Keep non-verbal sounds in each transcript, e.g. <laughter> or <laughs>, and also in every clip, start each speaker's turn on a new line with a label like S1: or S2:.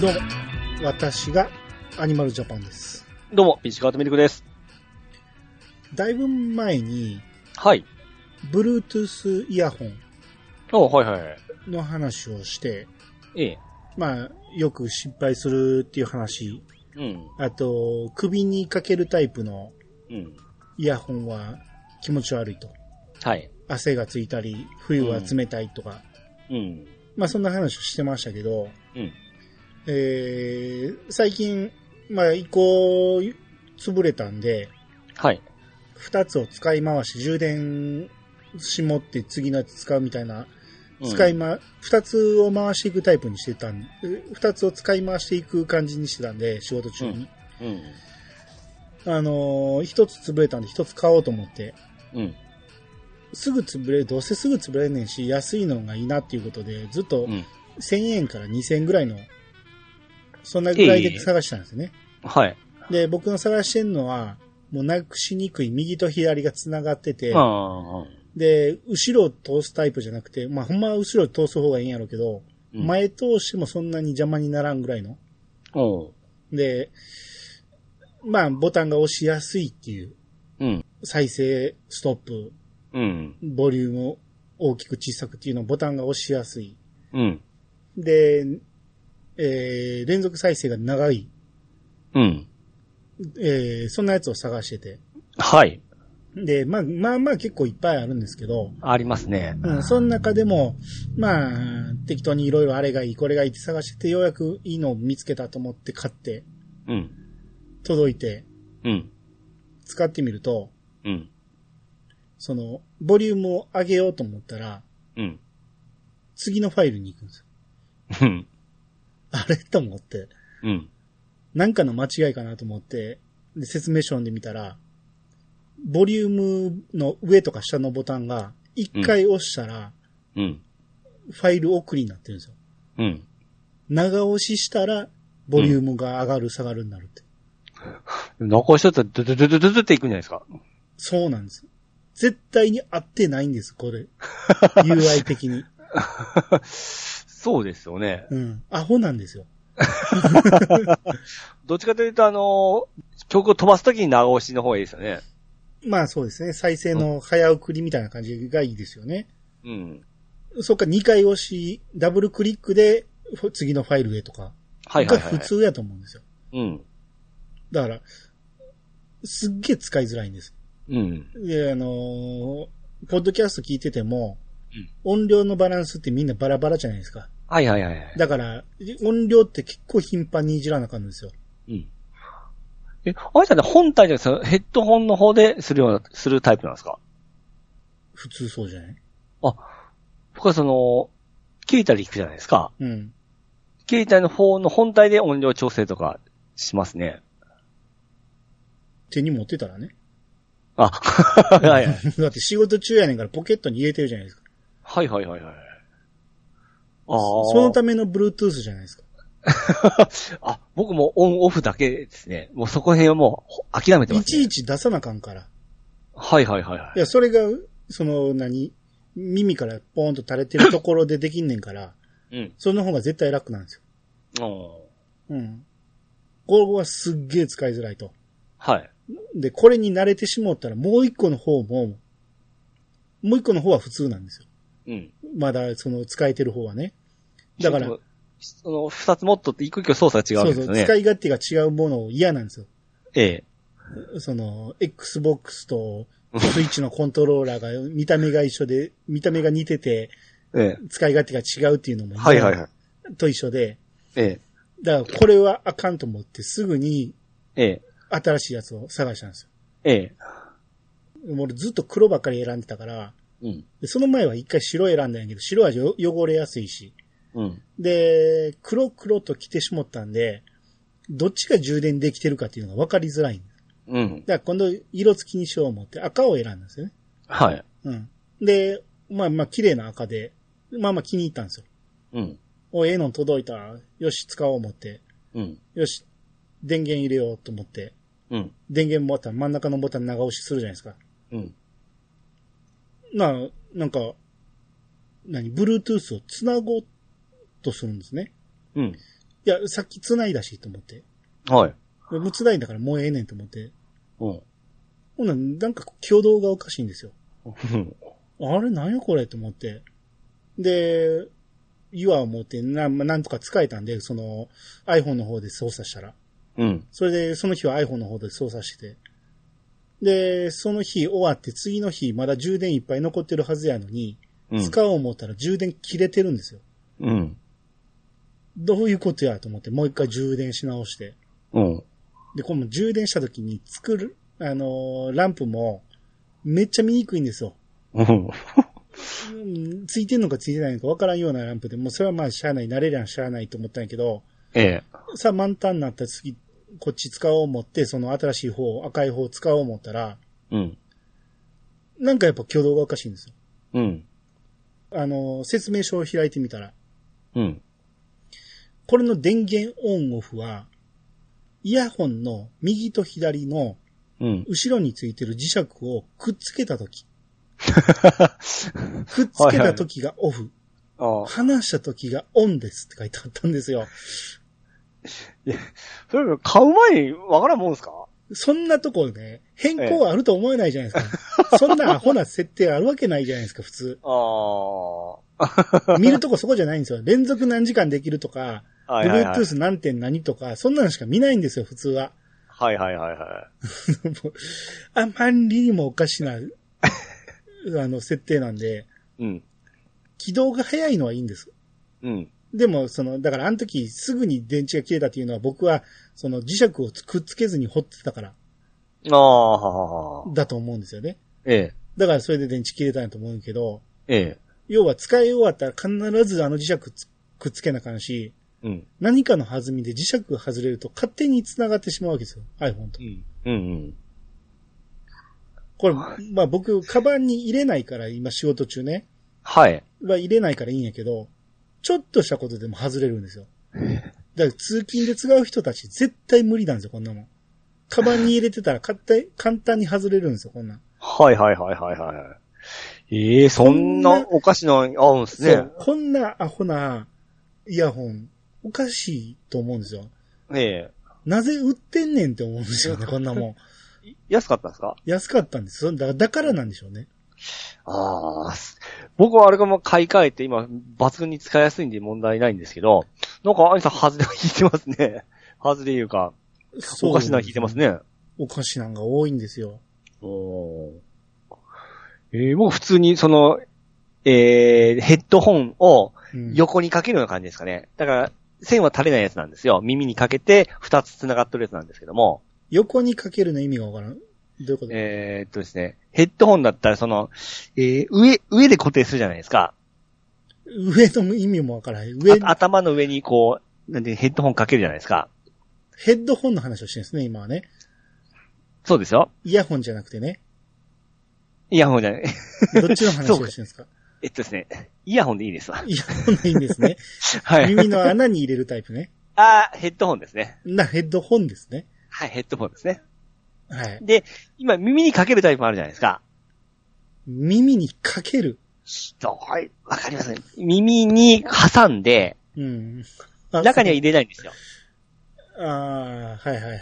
S1: どうも、私がアニマルジャパンです。
S2: どうも、ビジカートミルクです。
S1: だいぶ前に、
S2: はい。
S1: Bluetooth イヤホン
S2: あはいはい。
S1: の話をして、
S2: ええ。
S1: まあ、よく失敗するっていう話、
S2: うん。
S1: あと、首にかけるタイプの
S2: うん。
S1: イヤホンは気持ち悪いと。
S2: はい。
S1: 汗がついたり、冬は冷たいとか、
S2: うん。
S1: まあそんな話をしてましたけど、
S2: うん。
S1: えー、最近、まあ一個潰れたんで、
S2: はい。
S1: 二つを使い回し、充電しもって次のやつ使うみたいな、使いま、二つを回していくタイプにしてたん、え二つを使い回していく感じにしてたんで、仕事中に。
S2: うん。
S1: あのー一つ潰れたんで一つ買おうと思って、
S2: うん。
S1: すぐ潰れ、どうせすぐ潰れんねんし、安いのがいいなっていうことで、ずっと
S2: うん。
S1: 1000円から2000円ぐらいの、そんなぐらい
S2: え
S1: で
S2: え
S1: 探したんですよね。
S2: はい。
S1: で、僕の探してんのは、もうなくしにくい右と左が繋がってて、
S2: ああ。
S1: で、後ろを通すタイプじゃなくて、まあ、ほんまは後ろを通す方がいいんやろうけど、
S2: うん
S1: 前通してもそんなに邪魔にならんぐらいの。
S2: おう。
S1: で、まあ、ボタンが押しやすいっていう、
S2: うん。
S1: 再生、ストップ、
S2: うん。
S1: ボリュームを大きく小さくっていうのボタンが押しやすい。
S2: うん。
S1: で、えー、連続再生が長い、
S2: うん。
S1: えー、そんなやつを探してて。
S2: はい。
S1: で、まあ、まあまあ結構いっぱいあるんですけど、
S2: ありますね。
S1: うん、その中でも、まあ、適当にいろいろあれがいい、これがいいって探してて、ようやくいいのを見つけたと思って買って、
S2: うん。
S1: 届いて、
S2: うん。
S1: 使ってみると、
S2: うん。
S1: その、ボリュームを上げようと思ったら、
S2: うん。
S1: 次のファイルに行くんですよ。
S2: うん。
S1: あれと思って、
S2: うん。
S1: なんかの間違いかなと思って、で説明書読んでみたら、ボリュームの上とか下のボタンが、一回押したら、
S2: うん。
S1: ファイル送りになってるんですよ。
S2: うん。
S1: 長押ししたら、ボリュームが上がる、下がるになるって。
S2: 残しとったらドゥドゥドゥドゥドゥっていくんじゃないですか。
S1: そうなんです。絶対に合ってないんです、これ。UI 的に。
S2: <laughs> そうですよね。
S1: うん。アホなんですよ。
S2: どっちかというと、あの曲を飛ばすときに長押しの方がいいですよね。
S1: まあそうですね。再生の早送りみたいな感じがいいですよね。
S2: うん。
S1: そっか、2回押し、ダブルクリックで、ふ次のファイルへとか。
S2: はいは
S1: が
S2: いは
S1: 普。
S2: い。
S1: 通やと思うんですよ。
S2: うん。
S1: だから、すっげえ使いづらいんです。
S2: うん。
S1: で、あのーポッドキャスト聞いてても
S2: うん、
S1: 音量のバランスってみんなバラバラじゃないですか。
S2: はいはいはいはい。
S1: だから、音量って結構頻繁にいじらなあかんんですよ。
S2: うん。え、あれじゃね、本体じゃなくてそのヘッドホンの方でするような、するタイプなんですか
S1: 普通そうじゃない
S2: 僕はその、携帯で聞くじゃないですか。
S1: うん。
S2: 携帯の方の本体で音量調整とかしますね。
S1: 手に持ってたらね。
S2: あ、 <laughs> はいはい。
S1: <laughs> だって仕事中やねんからポケットに入れてるじゃないですか。
S2: はいはいはいはい。ああ。
S1: そのための Bluetooth じゃないですか。
S2: あ、僕もオンオフだけですね。もうそこ辺はもうほ諦めてま
S1: い
S2: す、
S1: ち
S2: ね。
S1: いち出さなあかんから。
S2: はいはいはいはい
S1: い。や、それが、その、何耳からポーンと垂れてるところでできんねんから、 <laughs>
S2: うん。
S1: その方が絶対楽なんですよ。
S2: うん
S1: うん。ここはすっげえ使いづらいと。
S2: はい。
S1: で、これに慣れてしもったら、もう一個の方も、もう一個の方は普通なんですよ。
S2: うん。
S1: まだ、その、使えてる方はね。だから、、
S2: その二つ持っとって一個一個操作が違う
S1: そ
S2: ん
S1: う
S2: です
S1: そ
S2: よ
S1: う、
S2: ね。
S1: 使い勝手が違うものを嫌なんですよ。
S2: ええ。
S1: その、Xbox とスイッチのコントローラーが見た目が一緒で、見た目が似てて、
S2: ええ。
S1: 使い勝手が違うっていうのも、
S2: はいはいはい。
S1: と一緒で、
S2: ええ。
S1: だからこれはあかんと思ってすぐに
S2: ええ。
S1: 新しいやつを探したんです
S2: ええ。
S1: よ。もう俺ずっと黒ばっかり選んでたから、
S2: うん。
S1: でその前は一回白選んだんやけど、白はよ汚れやすいし、
S2: うん。
S1: で、黒黒と着てしもったんで、どっちが充電できてるかっていうのが分かりづらい。
S2: うん。
S1: だから今度色付きにしよう思って赤を選んだんですよね。
S2: はい。
S1: うん。で、まあまあ綺麗な赤で、まあまあ気に入ったんですよ。
S2: うん。
S1: お、ええの届いた。よし、使おう思って。
S2: うん。
S1: よし、電源入れようと思って。
S2: うん。
S1: 電源ボタン、真ん中のボタン長押しするじゃないですか。
S2: うん。
S1: なあ、なんか、何、Bluetooth を繋ごうとするんですね。
S2: うん。
S1: いや、さっき繋いだしと思って。
S2: はい。
S1: もう繋いだからもうええねんと思って。
S2: うん。
S1: ほんならなんか挙動がおかしいんですよ。
S2: うん
S1: あれなんやこれと思って。で、岩を持って、な、まあなんとか使えたんで、その iPhone の方で操作したら。
S2: うん。
S1: それで、その日は iPhone の方で操作してて。で、その日終わって、次の日まだ充電いっぱい残ってるはずやのに、
S2: うん。
S1: 使おう思ったら充電切れてるんですよ。
S2: うん。
S1: どういうことやと思って、もう一回充電し直して。
S2: うん。
S1: で、この充電した時に作る、あのーランプも、めっちゃ見にくいんですよ。
S2: うん。
S1: うんついてんのかついてないのかわからんようなランプで、もうそれはまあしゃあない、慣れりゃしゃあないと思ったんやけど、
S2: <laughs> ええ。
S1: さあ満タンになったら次、こっち使おう思って、その新しい方、赤い方使おう思ったら、
S2: うん。
S1: なんかやっぱ挙動がおかしいんですよ。
S2: うん。
S1: あのー説明書を開いてみたら、
S2: うん。
S1: これの電源オンオフは、イヤホンの右と左の
S2: <laughs> うん。
S1: 後ろについてる磁石をくっつけた時、くっつけた時がオフ、
S2: ああ。
S1: 話した時がオンですって書いてあったんですよ。
S2: それ買う前にわからんもんすか
S1: そんなとこね、変更あると思えないじゃないですか。そんなアホな設定あるわけないじゃないですか、普通。
S2: ああ。
S1: 見るとこそこじゃないんです
S2: <laughs>
S1: よ。連続何時間できるとか、
S2: はいはいはい。
S1: Bluetooth 何点何とか、そんなのしか見ないんですよ、普通は。 <laughs>
S2: はいはいはいは
S1: もうあまりにもおかしな、あの、設定なんで、
S2: い。うん。
S1: 起動が早いのはいいんです。
S2: うん。
S1: でも、その、だからあの時すぐに電池が切れたっていうのは僕は、その磁石をくっつけずに掘ってたから、
S2: ああ、ははは。
S1: だと思うんですよね。
S2: ええ。
S1: だからそれで電池切れたんやと思うけど、
S2: ええ。
S1: 要は使い終わったら必ずあの磁石つくっつけなあかんし、
S2: うん。
S1: 何かの弾みで磁石が外れると勝手に繋がってしまうわけですよ。iPhone と
S2: う。ん。うん。
S1: これ、まあ僕、カバンに入れないから、今仕事中ね。
S2: はい。
S1: まあ入れないからいいんやけど、ちょっとしたことでも外れるん
S2: <laughs>
S1: ですよ。だから通勤で使う人たち絶対無理なんですよ、こんなもん。カバンに入れてたら簡単簡単に外れるんですよ、こんなん。
S2: はいはいはいはいはい。ええそんなお菓子の合うんす
S1: そ
S2: ね
S1: う。。こんなアホなイヤホン、おかしいと思うんですよ。
S2: ええ
S1: なぜ売ってんねんって思うんですよね、こんなもん。
S2: 安かったんですか
S1: 安かったんですよ。だだからなんでしょうね。
S2: ああ、す僕はあれがもう買い替えて今、抜群に使いやすいんで問題ないんですけど、なんかアニさん外れが引いてますね。 <laughs> 外れいうか、 <laughs> お菓子なんか引いてます。ね。
S1: お菓子なんか多いんですよ。
S2: おえー、僕普通にその、えー、ヘッドホンを
S1: うん、
S2: 横にかけるような感じですかね。だから、線は垂れないやつなんですよ。耳にかけて、二つ繋がってるやつなんですけども。
S1: 横にかけるの意味がわからん。どういうこと、
S2: えー、っとですね、ヘッドホンだったらその、えー、上、上で固定するじゃないですか。
S1: 上の意味もわからない。上、
S2: あ頭の上にこう、なんでヘッドホンかけるじゃないですか。
S1: ヘッドホンの話をしてるんですね、今はね。
S2: そうですよ。
S1: イヤホンじゃなくてね。
S2: イヤホンじゃない。 <laughs>
S1: どっちの話をしてるんですか
S2: えっとですね、イヤホンでいいですわ。 <laughs>
S1: イヤホンでいいんですね。
S2: はい。
S1: 耳の穴に入れるタイプね。
S2: あーヘッドホンですね。
S1: な、ヘッドホンですね。
S2: はい、ヘッドホンですね。
S1: はい。
S2: で、今耳にかけるタイプもあるじゃないですか。
S1: 耳にかける。
S2: はい、わかります耳に挟んで、
S1: うん。あ
S2: 中には入れないんですよ。
S1: ああ、はいはいはい。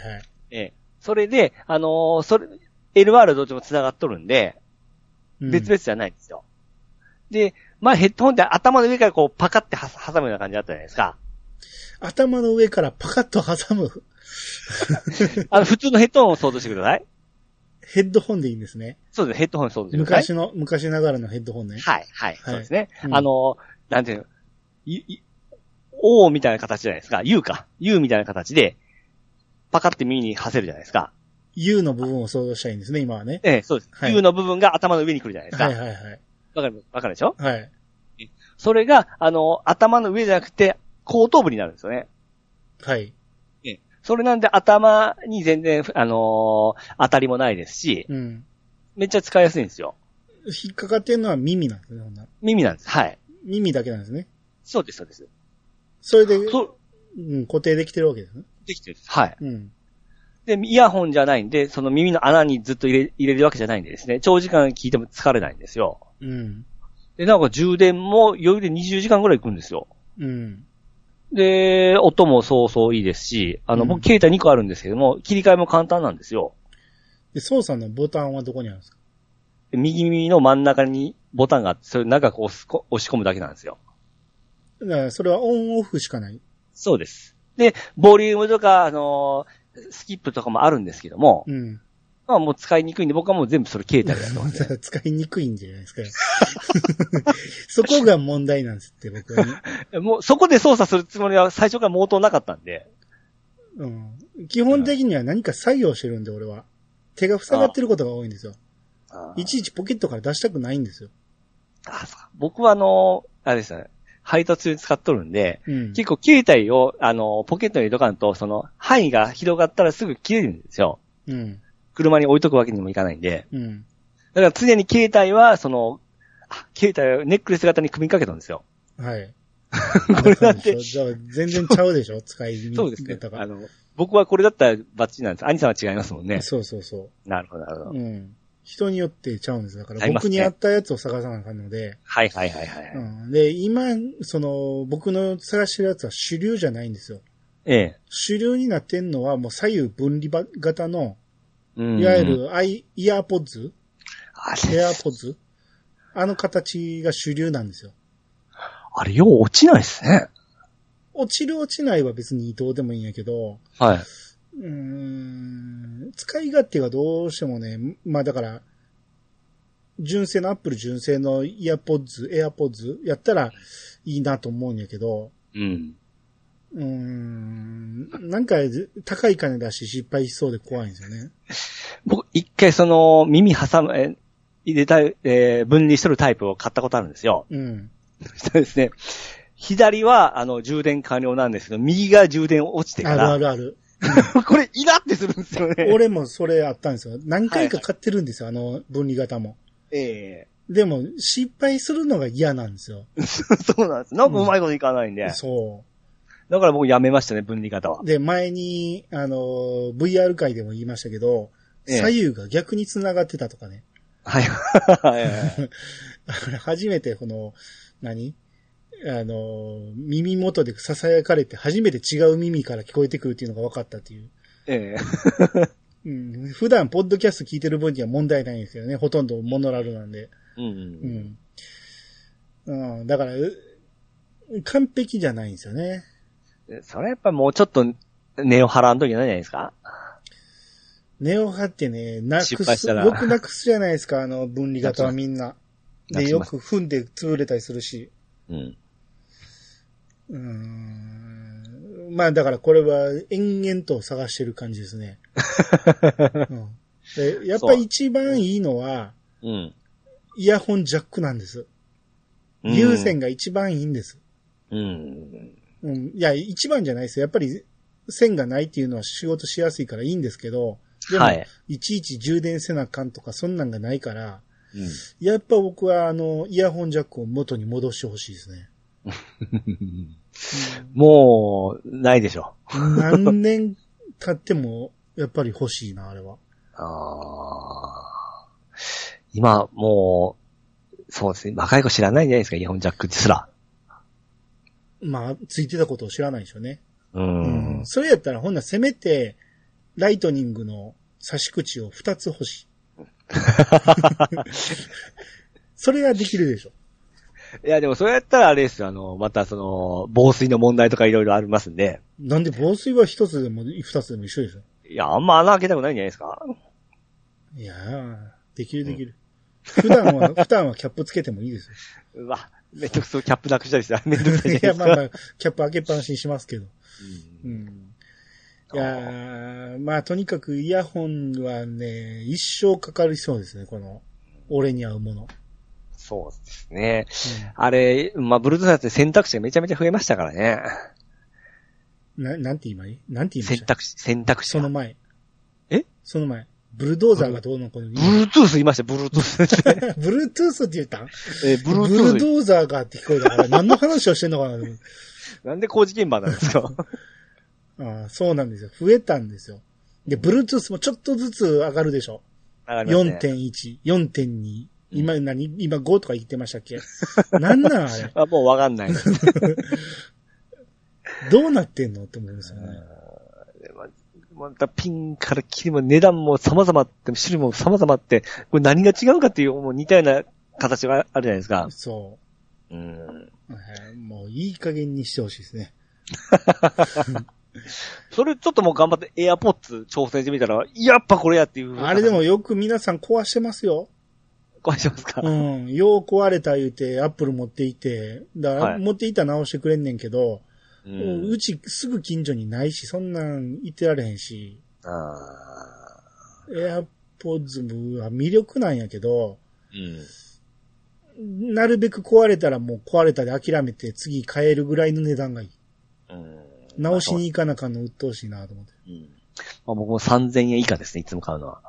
S2: ええ。それで、あのーそれ、LR どっちも繋がっとるんで、
S1: うん
S2: 別々じゃないんですよ。で、まあヘッドホンって頭の上からこうパカっては挟むような感じだったじゃないで
S1: <laughs>
S2: すか。
S1: 頭の上からパカッと挟む
S2: あの、普通のヘッドホンを想像してください。
S1: ヘッドホンでいいんですね。
S2: そうです、ヘッドホンを想像してください。
S1: 昔の、昔ながらのヘッドホンね。
S2: はい、はい、そうですね。
S1: うん
S2: あのーなんていうの、い、い、O みたいな形じゃないですか。U か。U みたいな形で、パカって耳にはせるじゃないですか。
S1: U の部分を想像したいんですね、今はね。
S2: ええ、そうです。
S1: はい
S2: U の部分が頭の上に来るじゃないですか。
S1: は
S2: わ、
S1: いはいはい。
S2: かる、わかるでしょ
S1: はい。
S2: それが、あの、頭の上じゃなくて、後頭部になるんですよね。
S1: はい。
S2: それなんで頭に全然、あのー当たりもないですし、
S1: うん。
S2: めっちゃ使いやすいんですよ。
S1: 引っかかってんのは耳なんですね、ほんなら
S2: 耳なんです。はい。
S1: 耳だけなんですね。
S2: そうです、そうです。
S1: それで、う
S2: そ
S1: ん、固定できてるわけですね。
S2: う、できてるんです。はい。
S1: うん。
S2: で、イヤホンじゃないんで、その耳の穴にずっと入れ入れるわけじゃないんでですね、長時間聞いても疲れないんですよ。
S1: うん。
S2: で、なんか充電も余裕で20時間ぐらい行くんですよ。
S1: うん。
S2: で、音もそうそういいですし、あの、
S1: うん
S2: 僕、携帯2個あるんですけども、切り替えも簡単なんですよ。
S1: で、操作のボタンはどこにあるんですか
S2: で右耳の真ん中にボタンがあって、それを長く押すこ押し込むだけなんですよ。
S1: だからそれはオンオフしかない。
S2: そうです。で、ボリュームとか、あのースキップとかもあるんですけども、
S1: うん。
S2: まあもう使いにくいんで、僕はもう全部それ携帯でやってますね。
S1: <laughs> 使いにくいんじゃないですか。 <laughs> そこが問題なんですって、僕はね、
S2: <laughs> もうそこで操作するつもりは最初から毛頭なかったんで、
S1: うん。基本的には何か作業してるんで、俺は。手が塞がってることが多いんですよ。
S2: あ
S1: いちいちポケットから出したくないんですよ。
S2: あそうか僕はあのーあれですね、配達に使っとるんで、
S1: うん。
S2: 結構携帯を、あのーポケットに入れとかんと、その範囲が広がったらすぐ切れるんですよ。
S1: うん。
S2: 車に置いとくわけにもいかないんで。
S1: うん。
S2: だから常に携帯は、その、あ携帯をネックレス型に組みかけたんですよ。
S1: はい。
S2: これだっ
S1: <laughs>
S2: て
S1: そうそうだから全然ちゃうでしょ、使いに
S2: そうですね
S1: だ。から
S2: あの、僕はこれだったらバッチリなんです。兄さんは違いますもんね。
S1: そうそうそ
S2: なるほど、なるほど。
S1: う。うん。人によってちゃうんです。だか
S2: 合
S1: ら
S2: います
S1: 僕
S2: ね
S1: に合ったやつを探さなあかんので、
S2: はいはいはいはい。
S1: うん。で、今、その、僕の探してるやつは主流じゃないんですよ。
S2: ええ。
S1: 主流になってんのはもう左右分離型の、
S2: うん
S1: いわゆ。るアイ、イヤーポッズ
S2: あ
S1: エ
S2: れ、
S1: アーポッズあの形が主流なんですよ。
S2: あれよう落ちないですね。
S1: 落ちる落ちないは別にどうでもいいんやけど、
S2: はい。
S1: うーん、使い勝手がどうしてもね、まあだから、純正のアップル純正のイヤーポッズ、エアーポッズやったらいいなと思うんやけど、
S2: うん。
S1: うーん、なんか高い金だし失敗しそうで怖いんですよね。
S2: 僕、一回その、耳挟む、え入れたい、えー分離しとるタイプを買ったことあるんですよ。 <laughs>
S1: うん。
S2: そしたらですね、左は、あの、充電完了なんですけど、右が充電落ちて
S1: あ
S2: か
S1: るあ
S2: ら、
S1: るある。
S2: <laughs> これ、イラってするんですよね。
S1: 俺もそれあったんですよ。何回か買ってるんですよ、あの分離型も。
S2: え <laughs>
S1: でも、失敗するのが嫌なんですよ。
S2: えそうなんです。なんかうまいこといかないんで。
S1: そ
S2: だから僕やめましたね、分離型は
S1: う。。で、前に、あの、VR 界でも言いましたけど、
S2: ええ
S1: 左右が逆に繋がってたとかね。 <laughs>
S2: はい。はいはいはい。
S1: あれ、初めてこの、何あの、耳元で囁かれて、初めて違う耳から聞こえてくるっていうのが分かったっていう。
S2: ええ
S1: うん、普段、ポッドキャスト聞いてる分には問題ないんですけどね。ほとんどモノラルなんで。
S2: うん
S1: う
S2: うん。
S1: ん。うん、だから、う完璧じゃないんですよね。
S2: <laughs> それやっぱもうちょっと、根を張らんといけないんじゃないですか
S1: ネオ派ってね、な
S2: 失
S1: く
S2: 敗し
S1: す、
S2: たな
S1: よくなくすじゃないですか、あの分離型はみんな。
S2: なく
S1: で、
S2: し
S1: よ
S2: ます
S1: く踏んで潰れたりするし。
S2: うん。
S1: うーん。まあだからこれは延々と探してる感じです
S2: <laughs>
S1: ね。うん、でやっぱり一番いいのは、
S2: うん。
S1: イヤホンジャックなんです。有線。が一番いいんです。
S2: うん。
S1: うん。いや、一番じゃないですよ。やっぱり線がないっていうのは仕事しやすいからいいんですけど、でも、
S2: はいい、
S1: ちいち充電せなあかんとかそんなんがないから、
S2: うん。
S1: やっぱ僕はあの、イヤホンジャックを元に戻してほしいですね。
S2: もう、ないでしょ。
S1: 何年経っても、やっぱり欲しいな、あれは。
S2: あー今、もう、そうですね。若い子知らないんじゃないですか、イヤホンジャックですら。
S1: まあ、ついてたことを知らないでしょうね。
S2: う。
S1: うんそれやったら、ほんならせめて、ライトニングの差し口を2つ欲
S2: <laughs>
S1: しい。それはできるでしょ。
S2: いや、でもそれやったらあれですよ。あの、またその、防水の問題とかいろいろありますんで。
S1: なんで防水は1つでも2つでも一緒でしょ。
S2: いや、あんま穴開けたくないんじゃないですか。
S1: いやー、できるできる。普段は、普段はキャップつけてもいい
S2: <laughs>
S1: ですよ。
S2: うわ、めんどくそ、キャップなくしたりしたらめんどくさい
S1: い
S2: じゃ
S1: や、
S2: な
S1: まあ
S2: いですか。
S1: まあ、キャップ開けっぱなしにしますけど。
S2: うん
S1: うん。いやーまあとにかくイヤホンはね、一生かかりそうですね、この、俺に合うもの。
S2: そうですね。あれ、まあ、ブルートゥースだって選択肢がめちゃめちゃ増えましたからね。
S1: うん、ななんて今いなんて言いま
S2: 選
S1: した
S2: 択肢、選択肢
S1: そ
S2: が。
S1: の前。
S2: え
S1: その前。ブルドーザーがどうのこうの
S2: ブルートゥース言いました、ブルートゥース。
S1: ブルートゥースって言ったん
S2: <laughs> えー、ブ
S1: ブ
S2: ル
S1: ル
S2: ートゥー
S1: ドーザーがって聞こえたから、何の話をしてんのかなと思って
S2: ス。なんで工事現場なん
S1: <laughs>
S2: ですか
S1: ああそうなんですよ。増えたんですよ。で、ブルートゥースもちょっとずつ上がるでしょ。
S2: 上がりますね。
S1: 4.1、4.2。今何、今5とか言ってましたっけなんなんあれ。
S2: あもうわかんないです。
S1: どうなってんのって思うんですよね。
S2: でままたピンからキリも値段も様々あって、種類も様々あって、これ何が違うかっていう、もう似たような形があるじゃないですか。
S1: そ
S2: うん。
S1: う。はいもういい加減にしてほしいですね。
S2: それちょっともう頑張ってエアポッツ挑戦してみたら、やっぱこれやっていう。
S1: あれで。もよく皆さん壊してますよ。
S2: 壊しますか、
S1: うん。よう壊れた言うて、アップル持っていて、だから、
S2: はい
S1: 持っていたら直してくれんねんけど、
S2: う
S1: うんうちすぐ近所にないし、そんなん言ってられへんし、
S2: あ
S1: エアポッズもは魅力なんやけど、
S2: ーうん。
S1: なるべく壊れたらもう壊れたで諦めて次買えるぐらいの値段がいい。
S2: うん
S1: 直しに。行かなあかんの鬱陶しいなと思って。
S2: うんまあ、僕も3000円以下ですね、いつも買うのは。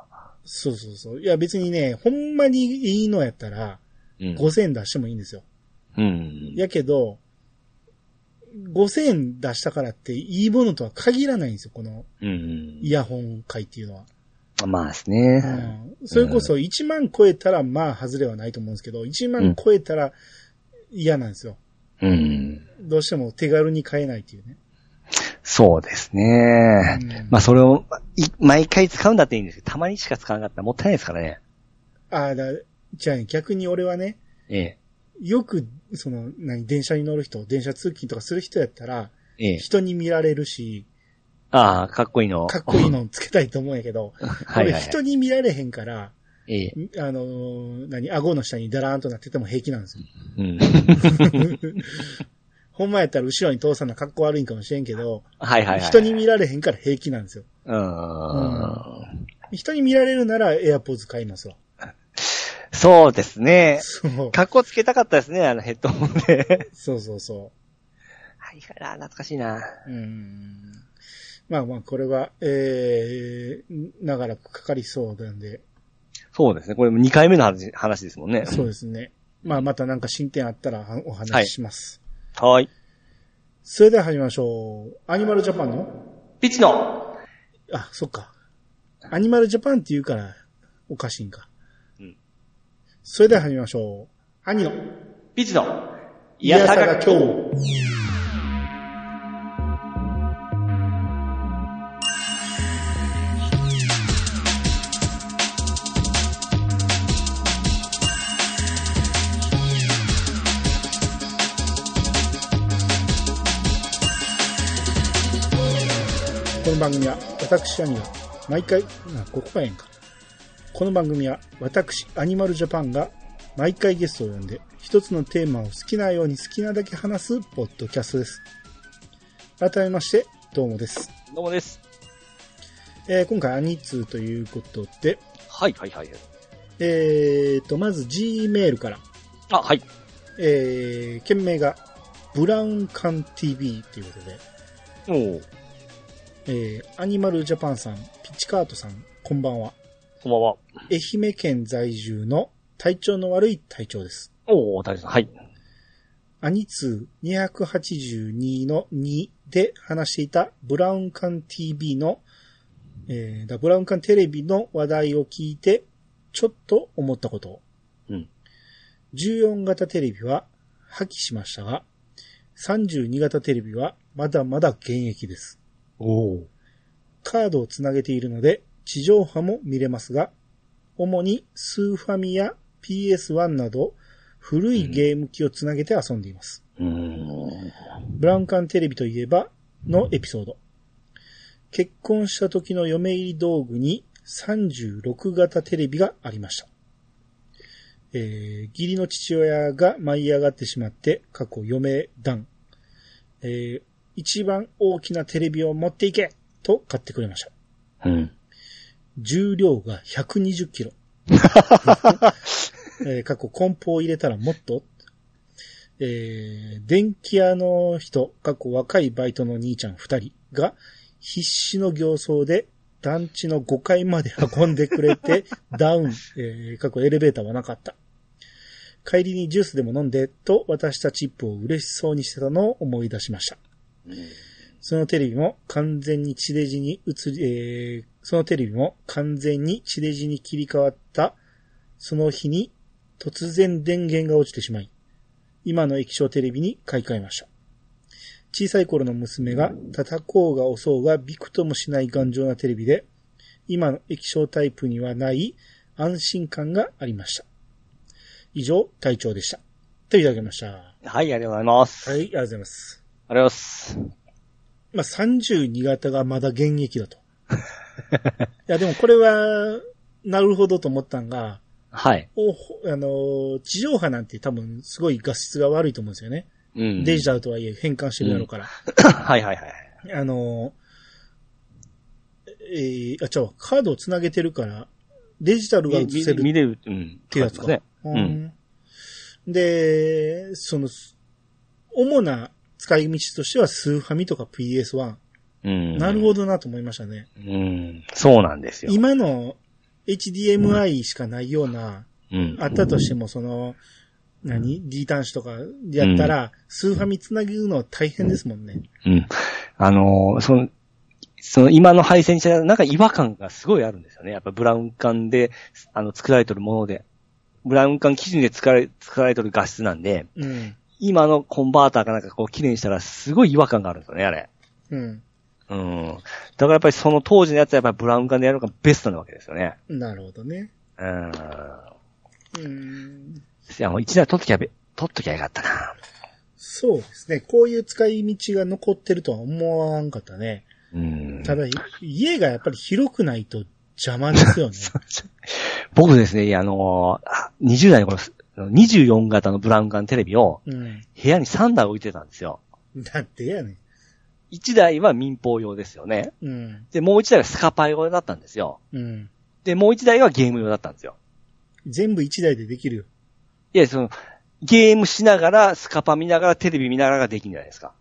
S1: そうそうそう。いや別にね、ほんまにいいのやったら、
S2: うん。
S1: 5000円出してもいいんですよ。
S2: うん。
S1: やけど、5000円出したからっていいものとは限らないんですよ、この
S2: うん。
S1: イヤホン界っていうのは。
S2: まあですね。
S1: うん、それこそ1万超えたらまあ外れはないと思うんですけど、1万超えたら嫌なんですよ。
S2: うん。
S1: どうしても手軽に買えないって
S2: <laughs>
S1: いうね。
S2: そうですね。
S1: うん
S2: まあそれを、い毎回使うんだっていいんですけど、たまにしか使わなかったらもったいないですからね。
S1: ああ、だ、じゃあね逆に俺はね、
S2: え
S1: よく、その、何、電車に乗る人、電車通勤とかする人やったら、
S2: え。ええ。
S1: 人に見られるし、
S2: ああ、かっこいいの。
S1: かっこい
S2: <laughs>
S1: いのつけたいと思うんやけど、
S2: は
S1: 俺
S2: いはいはい。
S1: 人に見られへんから、
S2: ええ。
S1: あのー何、顎の下にダラーンとなってても平気なんです
S2: <laughs>
S1: よ。 <laughs>
S2: うん。
S1: ほんまやったら後ろに通さな格好悪いんかもしれんけど、
S2: はいはいはい。
S1: 人に見られへんから平気なんですよ。
S2: うーん。
S1: 人に見られるならエアポーズ買いますわ。
S2: そうですね。
S1: そう。
S2: かっこつけたかったですね、あのヘッドホン <laughs> で。
S1: そうそうそ
S2: はいはい、あー懐かしいな。
S1: う。うん。まあまあ、これは、えー、長らくかかりそうなんで、
S2: そうですね。これも2回目の話話ですもんね。
S1: そうですね。まあ、またなんか進展あったらはお話しします。
S2: はい。
S1: それでは始めましょう。アニマルジャパンの
S2: ピッチの
S1: あ、そっか。アニマルジャパンって言うから、おかしいんか。
S2: うん。
S1: それでは始めましょう。兄の、
S2: ピッチの
S1: い
S2: いやさが
S1: 今日。この番組は私兄が毎回、あここがええんか。この番組は私、アニマルジャパンが毎回ゲストを呼んで一つのテーマを好きなように好きなだけ話すポッドキャストです。改めまして、どうもです。
S2: どうもです。
S1: えー今回アニツーということで、
S2: はいはいはい。
S1: えーと、まず G メールから、
S2: あ、はい。
S1: えー、件名がブラウンカン TV ということで、
S2: おー
S1: えー、アニマルジャパンさん、ピッチカートさん、こんばんは。
S2: こんばんは。
S1: 愛媛県在住の体調の悪い体調です。
S2: おお大丈夫はい。
S1: アニツー282の2で話していたブラウン管 TV の、えーだブラウン管テレビの話題を聞いて、ちょっと思ったことを。
S2: うん。
S1: 14型テレビは破棄しましたが、32型テレビはまだまだ現役です。
S2: おー
S1: カードをつなげているので、地上波も見れますが、主にスーファミや PS1 など、古いゲーム機をつなげて遊んでいます。
S2: うーん。
S1: ブラウン管テレビといえば、のエピソード。結婚した時の嫁入り道具に36型テレビがありました。えー、義理の父親が舞い上がってしまって、過去嫁団。えー、一番大きなテレビを持っていけと買ってくれました。
S2: うん。
S1: 重量が120キロ。えー、過去、梱包を入れたらもっと。えー、電気屋の人、過去若いバイトの兄ちゃん二人が必死の形相で団地の5階まで運んでくれてダウン、えー、過去エレベーターはなかった。帰りにジュースでも飲んでと渡したチップを嬉しそうにしてたのを思い出しました。そのテレビも完全に地デジに移り、えーそのテレビも完全に地デジに切り替わった、その日に突然電源が落ちてしまい、今の液晶テレビに買い替えました。小さい頃の娘が、叩こうが押そうが、びくともしない頑丈なテレビで、今の液晶タイプにはない安心感がありました。以上、隊長でした。といただきました。はい、
S2: はい、ありがとうございます。
S1: あ
S2: あり
S1: りがとうございます。
S2: がとうございます。
S1: まあ、32型がまだ現役だ
S2: <laughs>
S1: と。いや、でもこれは、なるほどと思ったんが、
S2: はい。
S1: おほあのー地上波なんて多分すごい画質が悪いと思うんですよね。
S2: うん。
S1: デジタルとはいえ変換してるやろうから。
S2: <laughs> はいはいはい。
S1: あのー、えー、あ、ちゃうわカードをつなげてるから、デジタルが映
S2: み
S1: せる
S2: 見れる、うん。
S1: ってやつか。
S2: ね。
S1: うんで、その、主な使い道としてはスーファミとか PS1。
S2: うん。
S1: なるほ
S2: ど。
S1: どなと思いましたね。
S2: うん。そうなんですよ。
S1: 今の HDMI しかないような、
S2: うん。
S1: あったとしてもその、何 ?D 端子とかやったら、スーファミつなげるの大変ですもんね。
S2: うん。あのーその、その今の配線者、なんか違和感がすごいあるんですよね。やっぱブラウン管で、あの、作られてるもので、ブラウン管基準で作られ、作られてる画質なんで、
S1: うん。
S2: 今のコンバーターかなんかこう、綺麗にしたらすごい違和感があるんですよね、あれ。
S1: うん。
S2: うん。だからやっぱりその当時のやつはやっぱりブラウン管でやるのがベストなわけですよね。
S1: なるほどね。
S2: うん。
S1: うん。
S2: いや、もう一台取っときゃべ、取っときゃよかったな。
S1: そうですね。こういう使い道が残ってるとは思わんかったね。
S2: うん。
S1: ただ、家がやっぱり広くないと邪魔です
S2: <laughs>
S1: よね。
S2: 僕ですね、あのー、20代の頃、24型のブラウン管テレビを
S1: うん。
S2: 部屋に3台置いてたんですよ。
S1: だってやね。
S2: 1台は民放用ですよね。
S1: うん。
S2: で、もう1台がスカパイ用だったんですよ。
S1: うん。
S2: で、もう1台はゲーム用だったんですよ。
S1: 全部一台でできるよ。
S2: いや、その、ゲームしながら、スカパ見ながら、テレビ見ながらができるんじゃないですか。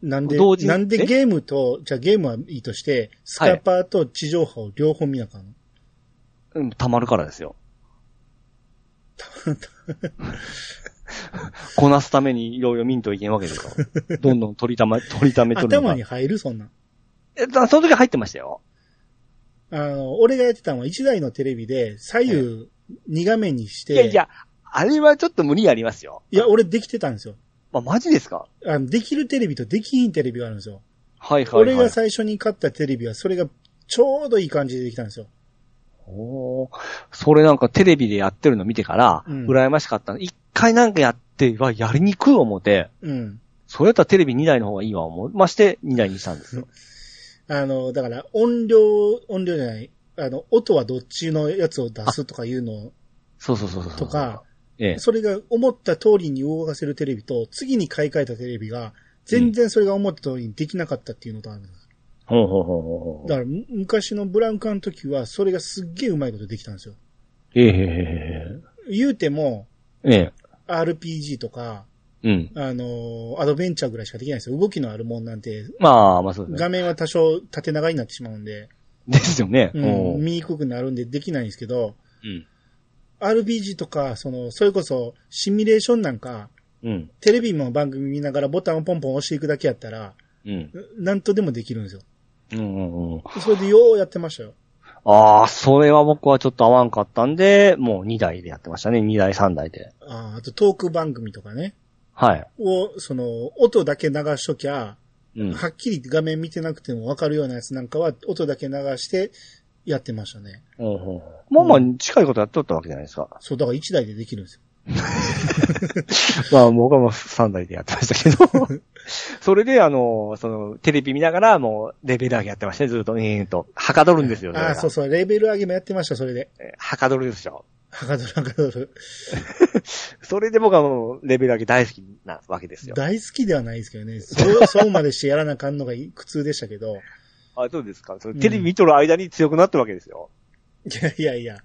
S1: なんで、
S2: 同時に
S1: なんで
S2: え
S1: ゲームと、じゃあゲームはいいとして、スカパーと地上波を両方見なあかんの。
S2: うん、溜まるからですよ。こなすためにいろいろ見んといけんわけですよ。どんどん取りため、取りためとるのが
S1: 頭に入るそんなん。
S2: えだその時は入ってましたよ。
S1: あの、俺がやってたのは一台のテレビで左右2画面にして、
S2: いやいや、あれはちょっと無理ありますよ。
S1: いや、俺できてたんですよ。
S2: まあ、マジですか
S1: あの、できるテレビとできひんテレビがあるんですよ。
S2: はいはいはい。
S1: 俺が最初に買ったテレビは、それがちょうどいい感じでできたんですよ。
S2: おーそれなんかテレビでやってるの見てから、
S1: うん
S2: 羨ましかったの。一回なんかやってはやりにくい思って、
S1: うん。
S2: それやったらテレビ2台の方がいいわ思いまして、2台にしたんですよ。
S1: あの、だから音量、音量じゃない、あの、音はどっちのやつを出すとかいうの
S2: そうそうそうそう。
S1: とか、
S2: ええ。
S1: それが思った通りに動かせるテレビと、次に買い替えたテレビが、全然それが思った通りにできなかったっていうのとあるんです。
S2: ほうほうほうほうほう
S1: だ。から、む昔のブラウンカの時は、それがすっげえうまいことできたんですよ。
S2: ええ
S1: 言うても、
S2: ええええええ。
S1: RPG とか、
S2: うん。
S1: あの、アドベンチャーぐらいしかできないんですよ。動きのあるもんなんて、
S2: まあ、まあそうです
S1: 画
S2: ね。
S1: 面は多少縦長になってしまうんで、
S2: ですよね。
S1: うん、
S2: うん。
S1: 見にくくなるんでできないんですけど、
S2: うん。
S1: RPG とか、その、それこそ、シミュレーションなんか、
S2: うん。
S1: テレビの番組見ながらボタンをポンポン押していくだけやったら、
S2: うん。
S1: なんとでもできるんですよ。
S2: うんうんうん。
S1: それでようやってましたよ。
S2: ああ、それは僕はちょっと合わんかったんで、もう2台でやってましたね。2台、3台で。
S1: あーあとトーク番組とかね。
S2: はい。
S1: を、その、音だけ流しときゃ、
S2: うん。
S1: はっきり画面見てなくてもわかるようなやつなんかは、音だけ流してやってましたね。
S2: うんうんまあまあ、近いことやっとったわけじゃないですか。
S1: そう、だから1台でできるんですよ。
S2: まあ、僕はもう3台でやってましたけど。 <laughs> それで、あの、その、テレビ見ながら、もう、レベル上げやってましたね、ずっと、えーと。はかどるんですよ、れ
S1: あ
S2: が
S1: あ、そうそう、レベル上げもやってました、それで。
S2: えーはかどるでしょ。
S1: はかどるはかどる。
S2: それで僕はもう、レベル上げ大好きなわけですよ。
S1: 大好きではないですけどね。
S2: <laughs>
S1: そう、そうまでしてやらなあかんのが苦痛でしたけど。
S2: あ、どうですかそれ
S1: うん
S2: テレビ見とる間に強くなったわけですよ。
S1: いやいやいや。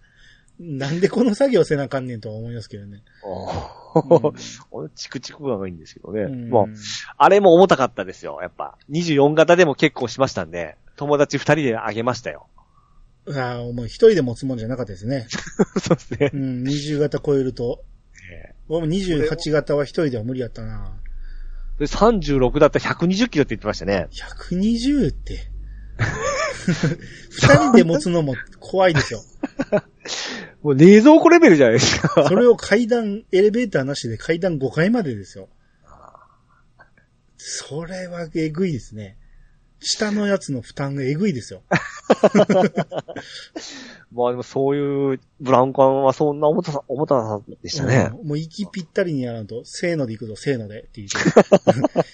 S1: なんでこの作業せなあかんねんとは思いますけどね。
S2: <laughs> お俺、チクチクがいいんですけどね。
S1: うん
S2: まあ、あれも重たかったですよ、やっぱ。24型でも結構しましたんで、友達2人であげましたよ。 <laughs>
S1: ああ、もう一人で持つもんじゃなかったですね。
S2: そうですね <laughs>
S1: う。ん、20型超えると。俺も28型は一人では無理やったな。
S2: で、36だったら120キロって言ってましたね。
S1: 120って。二人で持つのも怖いですよ。
S2: もう冷蔵庫レベルじゃないですか。
S1: それを階段、エレベーターなしで階段5階までですよ。それはえぐいですね。下のやつの負担がえぐいですよ。
S2: まあでもそういう、ブラウン管はそんな重たさ、重たさでしたね。
S1: うんもう息ぴったりにやらんと、せーので行くぞ、せーのでっ
S2: <laughs>
S1: ていう。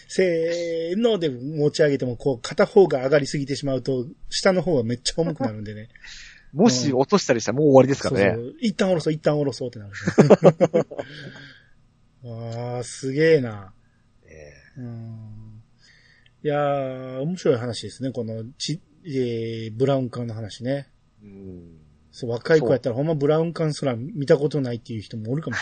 S1: せーので持ち上げても、こう、片方が上がりすぎてしまうと、下の方がめっちゃ重くなるんで
S2: <laughs>
S1: ね。
S2: もし落としたりしたらもう終わりですからね。
S1: そうそう一旦下ろそう、一旦下ろそうってなる。
S2: <laughs>
S1: ああ、すげえな。
S2: え
S1: うんいやー、面白い話ですね、このち、えー、ブラウン管の話ね。
S2: えうん
S1: そう、若い子やったらほんまブラウン管すら見たことないっていう人もおるかもし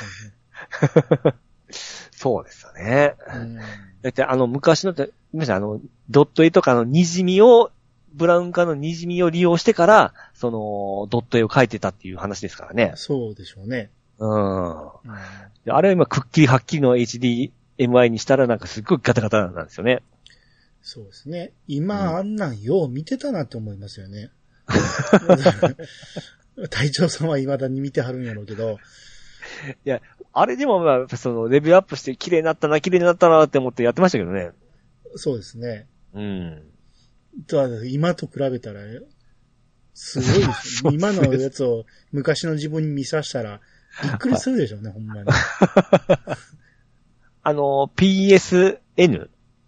S2: そうですよね。
S1: れない、ね。
S2: だってあの昔のって、皆さんあの、ドット絵とかの滲みを、ブラウン管の滲みを利用してから、その、ドット絵を描いてたっていう話ですから
S1: う
S2: ね
S1: ん、。そうでしょうね。
S2: うん。
S1: うん
S2: であれは今、くっきりはっきりの HDMI にしたらなんかすっごいガタガタなんですよね。
S1: そうですね。今、
S2: うん
S1: あんなんよう見てたなって思いますよね。隊長さんは未だに見てはるんやろうけど、
S2: あれでもまあ、その、レベルアップして綺麗になったな、綺麗になったなって思ってやってましたけどね。
S1: そうですね。
S2: うん。
S1: とは今と比べたら、すごいですよ今のやつを昔の自分に見さしたら、びっくりするでしょうね、ほんまに。
S2: あの、PSN、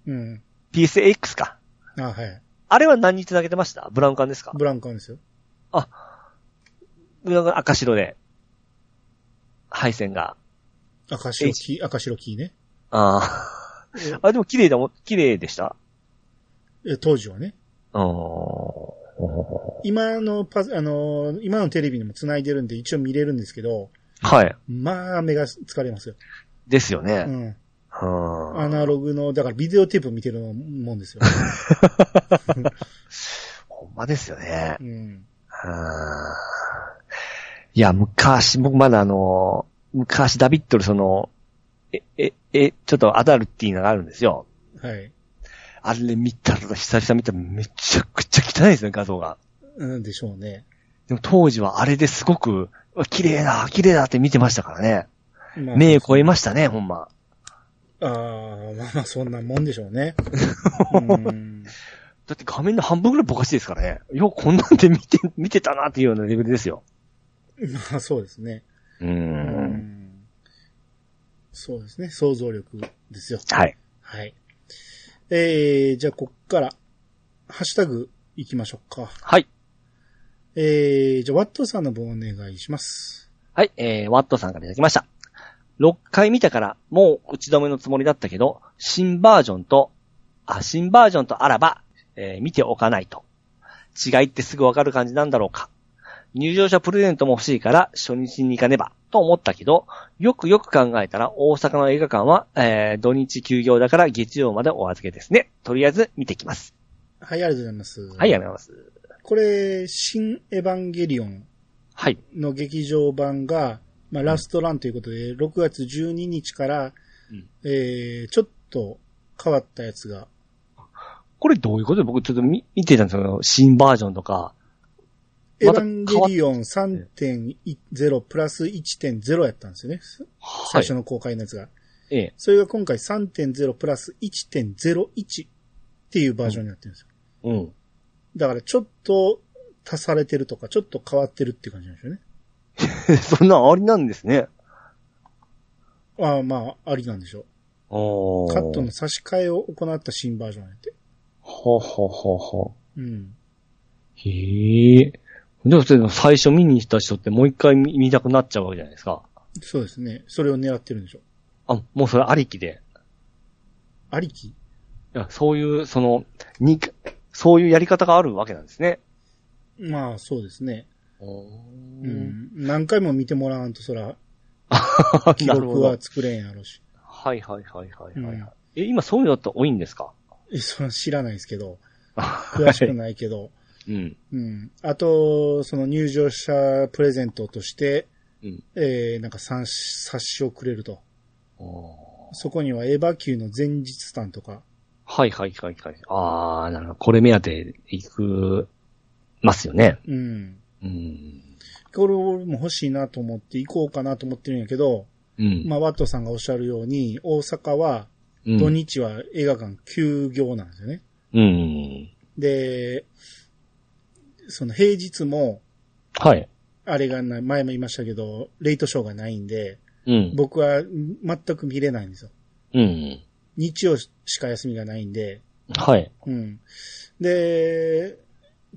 S1: うん。
S2: PSX か。
S1: あ、はい。
S2: あれは何につなげてましたブラウン管ですか
S1: ブラウン管ですよ。
S2: ブラウン管赤白で。配線が。
S1: 赤白キー、赤白キーね。
S2: ああ。 <laughs> あ、でも綺麗だもん、綺麗でした
S1: え当時はね。
S2: うん。おー
S1: 今のパス、あのー今のテレビにも繋いでるんで一応見れるんですけど、
S2: はい。
S1: まあ目が疲れますよ。
S2: ですよ
S1: う
S2: ね。
S1: ん。
S2: うん。
S1: アナログの、だからビデオテープ見てるのもんですよ。
S2: ほんまですよね
S1: う。ん。
S2: あーいや、昔、僕まだあの、昔ダビットルその、え、え、え、ちょっとアダルティーなのがあるんですよ。
S1: はい。
S2: あれ見たら、久々見たらめちゃくちゃ汚いですね、画像が。
S1: うんでしょうね。
S2: でも当時はあれですごく、うわ綺麗だ、綺麗だって見てましたからね。
S1: まあ、
S2: 目超えましたね、ほんま。
S1: ああ、まあまあそんなもんでしょうね。うん
S2: だって画面の半分ぐらいぼかしですからね。ようこんなんで見て、見てたなっていうようなレベルですよ。
S1: まあそうですね。
S2: う。
S1: うんんそうですね。想像力ですよ。
S2: はい。
S1: はい。えー、じゃあこっから、ハッシュタグ行きましょうか。
S2: はい。
S1: えー、じゃあワットさんの分お願いします。
S2: はい、えー、ワットさんからいただきました。6回見たから、もう打ち止めのつもりだったけど、新バージョンと、あ、新バージョンとあらば、えー見ておかないと。違いってすぐわかる感じなんだろうか。入場者プレゼントも欲しいから、初日に行かねば、と思ったけど、よくよく考えたら、大阪の映画館は、えー、土日休業だから月曜までお預けですね。とりあえず見てきます。
S1: はい、ありがとうございます。
S2: はい、やめます。
S1: これ、新エヴァンゲリオン
S2: はい。
S1: の劇場版が、まあ、ラストランということで、6月12日から、
S2: うん
S1: えー、ちょっと変わったやつが、
S2: これどういうことで僕ちょっと見見てたんですけど、新バージョンとか、
S1: エヴ
S2: また
S1: ァンゲリオン3.0プラス1.0やったんですよね。
S2: は
S1: 最
S2: い
S1: 初。の公開のやつが。
S2: ええ
S1: それが今回3.0プラス1.01っていうバージョンになってるんですよ。
S2: うん。
S1: だからちょっと足されてるとか、ちょっと変わってるっていう感じなんですよね。
S2: <laughs> そんなんありなんですね。
S1: ああ、まあ、ありなんでしょ
S2: お
S1: う。カットの差し替えを行った新バージョンやって。
S2: ほほほほ。
S1: うん。
S2: へえ。でもそれ最初見に来た人ってもう一回見見たくなっちゃうわけじゃないですか。
S1: そうですね。それを狙ってるんでしょう。
S2: あ、もうそれありきで。
S1: ありき
S2: いや、そういう、その、に、そういうやり方があるわけなんですね。
S1: まあ、そうですね。
S2: お
S1: う。
S2: <laughs>
S1: ん。何回も見てもらわんと、そら、記
S2: なるほ
S1: 録
S2: ど
S1: は。作れんやろうし。
S2: はいはいはいはい、はい
S1: うん
S2: え、今そういうのって多いんですか
S1: え、それは知らないですけ
S2: <laughs>
S1: ど、詳
S2: 詳
S1: し
S2: <laughs>
S1: くないけど。
S2: うん。
S1: うん。あと、その入場者プレゼントとして、
S2: うん
S1: えー、なんか三冊子をくれると。
S2: おー
S1: そこにはエヴァ級の前日スタンとか、
S2: はいはいはいはい。あー、なるほど。これ目当てで行く、ますよね。
S1: うん。
S2: うん。
S1: これ俺も欲しいなと思って行こうかなと思ってるんやけど、
S2: うん。
S1: まあ、ワットさんがおっしゃるように、大阪は
S2: うん
S1: 土日は映画館休業なんですよね。
S2: うん。
S1: で、その平日も、
S2: はい。
S1: あれがない、前も言いましたけど、レイトショーがないんで、
S2: うん。
S1: 僕は全く見れないんですよ。
S2: うん。
S1: 日曜しか休みがないんで、
S2: はい。
S1: うん。で、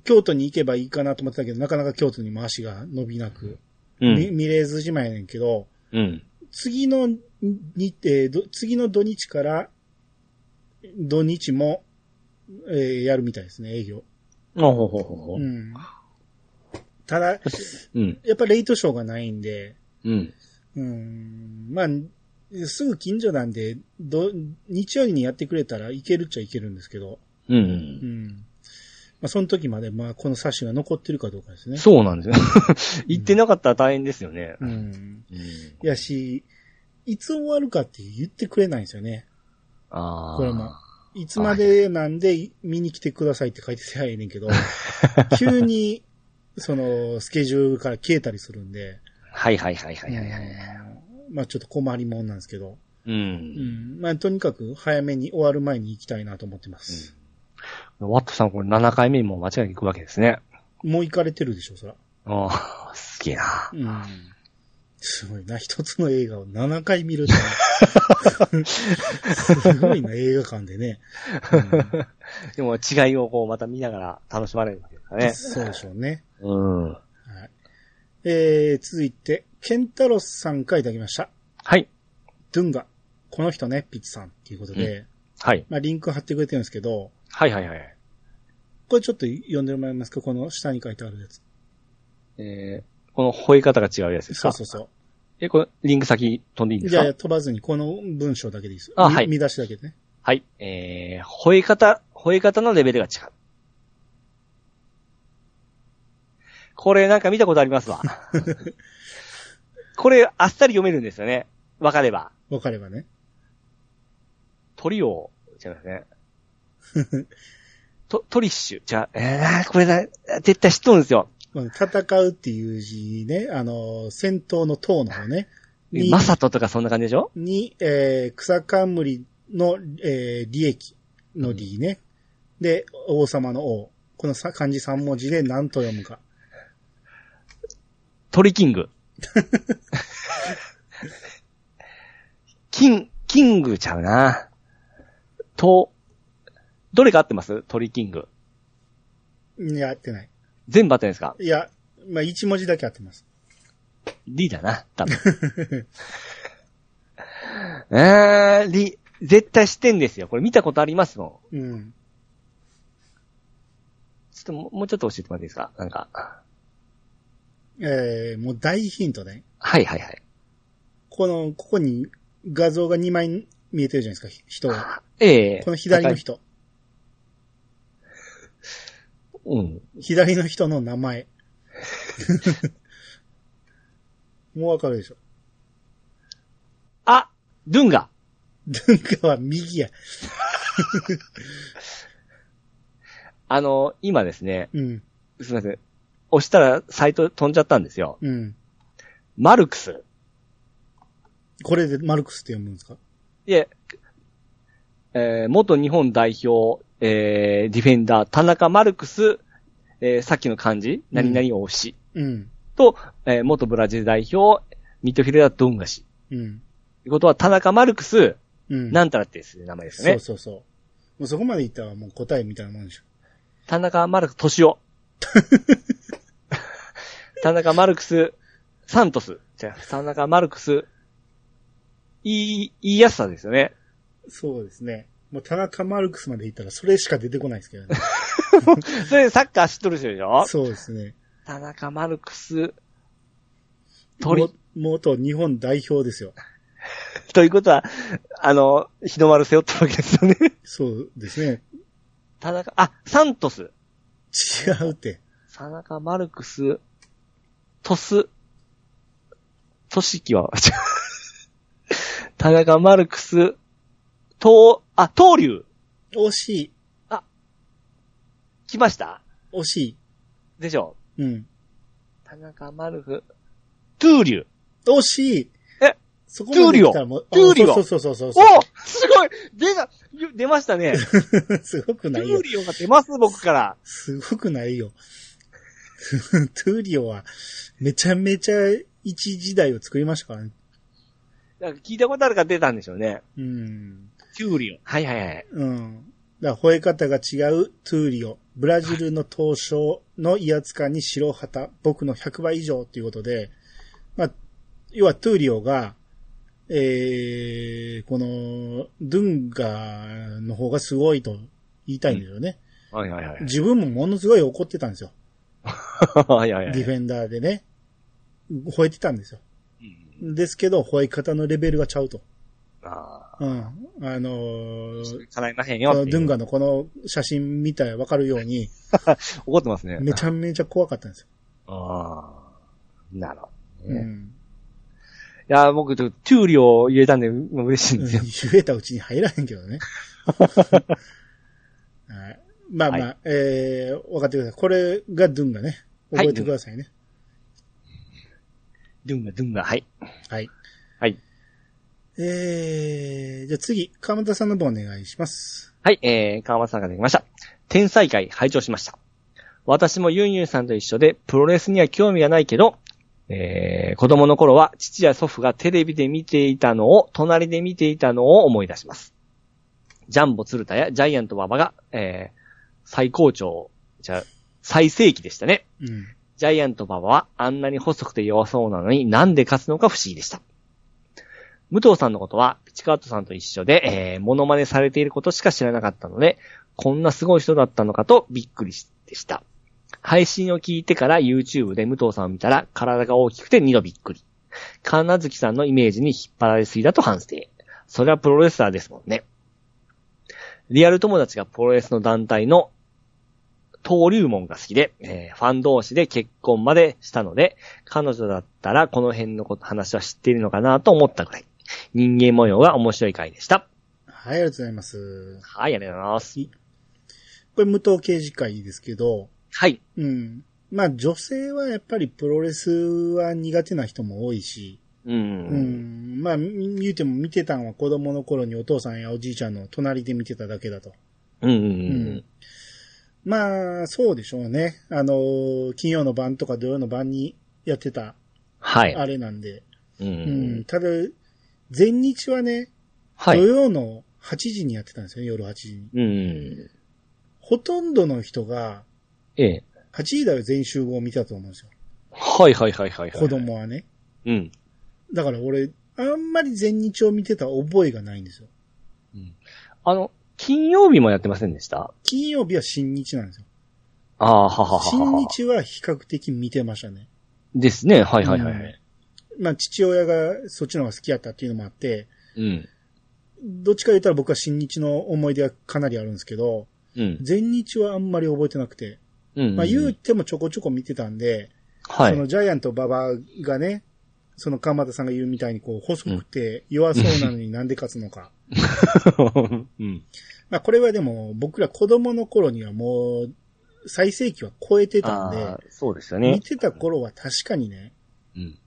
S1: 京都に行けばいいかなと思ってたけど、なかなか京都にも足が伸びなく、
S2: う
S1: み
S2: ん。
S1: 見れずじまいやねんけど、
S2: うん。
S1: 次のに、えーど次の土日から、土日も、えーやるみたいですね、営業。
S2: あほうほうほうほ
S1: う
S2: う。
S1: ん。ただ、
S2: うん。
S1: やっぱレイトショーがないんで、
S2: うん。
S1: うん、まあ、すぐ近所なんで、ど、日曜日にやってくれたらいけるっちゃいけるんですけど、
S2: う。
S1: うんん。まあ、その時まで、まあ、この冊子が残ってるかどうかですね。
S2: そうなんですよ。 <laughs> 行ってなかったら大変ですよね。
S1: うん。
S2: うん
S1: やし、いつ終わるかって言ってくれないんですよね。
S2: ああ。
S1: これもいつまでなんでい見に来てくださいって書いてたらいいねんけ
S2: <laughs>
S1: ど、急に、その、スケジュールから消えたりするんで、
S2: はいはいはいはいはいはい。
S1: まあちょっと困りもんなんですけど、
S2: う。
S1: うんん。まあとにかく早めに終わる前に行きたいなと思ってます。
S2: ワットさんこれ7回目にもう間違いなく行くわけですね。
S1: もう行かれてるでしょ、そら。
S2: ああ、すげえな。
S1: うん。すごいな。一つの映画を7回見るってね <laughs> すごいな、映画館でね。
S2: でも違いをこうまた見ながら楽しまれるわけですか
S1: うん
S2: ね。
S1: そうでしょうね。
S2: うん。は
S1: はい。えー、続いて、ケンタロスさんからいただきました。
S2: い。
S1: ドゥンガ。この人ね、ピッツさんっていうことで、
S2: はい。
S1: まあリンク貼ってくれてるんですけど、
S2: はいはいはい。
S1: これちょっと読んでもらえますかこの下に書いてあるやつ。
S2: えー、この吠え方が違うやつです
S1: そ
S2: か
S1: うそうそう。
S2: え、このリンク先飛んでいいんです
S1: じゃ
S2: か
S1: あ飛ばずにこの文章だけでいいです。
S2: あ
S1: み
S2: はい
S1: 見出しだけでね。
S2: はい。えー、吠え方、吠え方のレベルが違う。これなんか見たことあります <laughs> わ。これあっさり読めるんですよね。わかれば。
S1: わかればね。
S2: 鳥を、違いますね。 <laughs> トトリッシュ。違う。えー、これだ、絶対知っとるんですよ。
S1: まあ戦うっていう字ね、あの、戦闘の塔の方ね。に
S2: マサトとかそんな感じでしょ
S1: に、えー、草冠の、えー、利益の利ね。で、王様の王。このさ漢字3文字で何と読むか。
S2: トリキ
S1: <laughs>
S2: ング。キン、キングちゃうな。と、どれが合ってますトリキング。
S1: いや、合ってない。
S2: 全部合ってないですか
S1: いや、まあ、1文字だけ合ってます。
S2: ?D だな、多分。
S1: <laughs>
S2: えー、リ、絶対知ってんですよ。これ見たことありますもん。
S1: うん。
S2: ちょっともうもうちょっと教えてもらっていいですかなんか。
S1: えー、もう大ヒントね。
S2: はいはいはい。
S1: この、ここに画像が2枚見えてるじゃないですか、人が。
S2: ええ
S1: この左の。人。
S2: うん。
S1: 左の人の名前。 <laughs> もうわかるでしょ。
S2: あドゥンガ
S1: 文化は右や。
S2: あの、今ですね、
S1: うん、
S2: すいません。押したらサイト飛んじゃったんですよ。
S1: うん。
S2: マルクス。
S1: これでマルクスって読むんですか
S2: いえ、えー元日本代表、えーディフェンダー、田中マルクス、えーさっきの漢字、何々を推し、
S1: うん、
S2: と、えー元ブラジル代表、ミッドフィルダー、ドゥンガ氏。
S1: うん、
S2: ということは、田中マルクス、
S1: うん。
S2: なんたらっていう名前です
S1: そ
S2: よね
S1: う。そうそう。もうそこまでいったらもう答えみたいなもんでしょ。
S2: 田中マルクス、
S1: <laughs>
S2: 敏夫。田中マルクス、サントス。じゃあ田中マルクス、いい、言いやすさですよね。
S1: そうですね。もう田中マルクスまでいったらそれしか出てこないですけどね。
S2: それサッカー知っとる人でしょ
S1: そうですね。
S2: 田中マルクス、鳥
S1: も。元日本代表ですよ。
S2: ということは、あの、日の丸背負ってるわけですよね。
S1: そうですね。
S2: 田中、あ、サントス。
S1: 違うって。
S2: 田中マルクス、トス、トシキは、違う田中マルクス、とう、あ、東流。
S1: 惜しい。
S2: 来ました
S1: 惜し
S2: でしょ
S1: い。うん。
S2: 田中マルク、トゥーリュ。
S1: 惜しい。
S2: え
S1: そこまで来たらもう、
S2: トゥーリオ
S1: あそうそうそうそう
S2: お
S1: そう。
S2: すごい出たゆ出ま <laughs> したね。
S1: すごく
S2: ト
S1: な
S2: ゥ
S1: いよ
S2: ー。リオが出ます、僕から。
S1: すごくないよ。 <laughs> トゥーリオは、めちゃめちゃ一時代を作りましたからね。
S2: なんか聞いたことあるから出たんでしょうね。
S1: うん。
S2: トゥーリオ。はいはいはい。
S1: うん。だから吠え方が違うトゥーリオ。ブラジルの東証の威圧感に白旗。僕の100倍以上ということで、まあ、要はトゥーリオが、えー、この、ドゥンガの方がすごいと言いたいんですよね。
S2: はいはいはい。
S1: 自分もものすごい怒ってたんですよ。
S2: はいはいは
S1: ディ
S2: い。
S1: フェンダーでね。吠えてたんですよ。
S2: うん
S1: ですけど、吠え方のレベルがちゃうと。
S2: あ
S1: うん。あのー
S2: ー叶いませんよ
S1: こ
S2: っ
S1: の
S2: ていう。
S1: ドゥンガのこの写真見たらわかるように、
S2: 怒ってますね。
S1: めちゃめちゃ怖かったんですよ。
S2: ああ。なるほど
S1: う
S2: ね。い
S1: ん。
S2: や、僕、ちょっとトゥーリオを入れたんで、まあ嬉しいんですよ。
S1: 言えたうちに入らへんけどね。 <laughs> はいまあまあ、
S2: は
S1: えー、分かってください。これがドゥンガね。
S2: は
S1: 覚
S2: い
S1: えてくださいね。
S2: ドゥンガ、ドゥンガ、はい。
S1: はい。
S2: はい。
S1: えー、じゃあ次、川田さんの方お願いします。
S2: はい、えー、川松さんができました。天才会拝聴しました。私もユンユンさんと一緒で、プロレスには興味がないけど、えー、子供の頃は父や祖父がテレビで見ていたのを、隣で見ていたのを思い出します。ジャンボ鶴田やジャイアント馬場が、えー、最高潮、じゃあ最盛期でしたね。
S1: うん。
S2: ジャイアント馬場はあんなに細くて弱そうなのになんで勝つのか不思議でした。武藤さんのことは、ピチカートさんと一緒で、えー、モノマネされていることしか知らなかったので、こんなすごい人だったのかとびっくりでした。配信を聞いてから YouTube で武藤さんを見たら体が大きくて二度びっくり。神奈月さんのイメージに引っ張られすぎだと反省。それはプロレスラーですもんね。リアル友達がプロレスの団体の登竜門が好きで、えーファン同士で結婚までしたので、彼女だったらこの辺のこと話は知っているのかなと思ったくらい。人間模様が面白い回でした。
S1: はい、ありがとうございます。
S2: はい、ありがとうございます。
S1: これ無党刑事会ですけど、
S2: はい。
S1: うん。まあ女性はやっぱりプロレスは苦手な人も多いし、
S2: う。
S1: うんん。まあ言うても見てたんは子供の頃にお父さんやおじいちゃんの隣で見てただけだと。
S2: うん。うん。
S1: んまあそうでしょうね。あのー、金曜の晩とか土曜の晩にやってた
S2: はい。
S1: あれなんで。
S2: うん
S1: うん。ただ、前日はね、
S2: は
S1: 土
S2: い。
S1: 曜の8時にやってたんですよ、夜8時に。
S2: うん。
S1: ほとんどの人が、
S2: ええ。
S1: 8時台は全集合を見たと思うんですよ。
S2: はいはいはいはいはい。
S1: 子。供はね。
S2: うん。
S1: だから俺、あんまり全日を見てた覚えがないんですよ。
S2: あの、金曜日もやってませんでした
S1: 金曜日は新日なんですよ。
S2: ああ、はははは。
S1: 新日は比較的見てましたね。
S2: ですね。はいはいは
S1: う
S2: い。
S1: んまあ父親がそっちの方が好きやったっていうのもあって、
S2: うん。
S1: どっちか言ったら僕は新日の思い出はかなりあるんですけど、
S2: うん。
S1: 全日はあんまり覚えてなくて、
S2: うん。
S1: まあ言うてもちょこちょこ見てたんで、
S2: は
S1: その
S2: い。
S1: ジャイアント馬場がね、その鎌田さんが言うみたいにこう細くて弱そうなのになんで勝つのか。
S2: <laughs> うん。
S1: まあこれはでも僕ら子供の頃にはもう最盛期は超えてたんで、
S2: ああ、そうですよ
S1: 見
S2: ね。
S1: てた頃は確かにね、
S2: うん。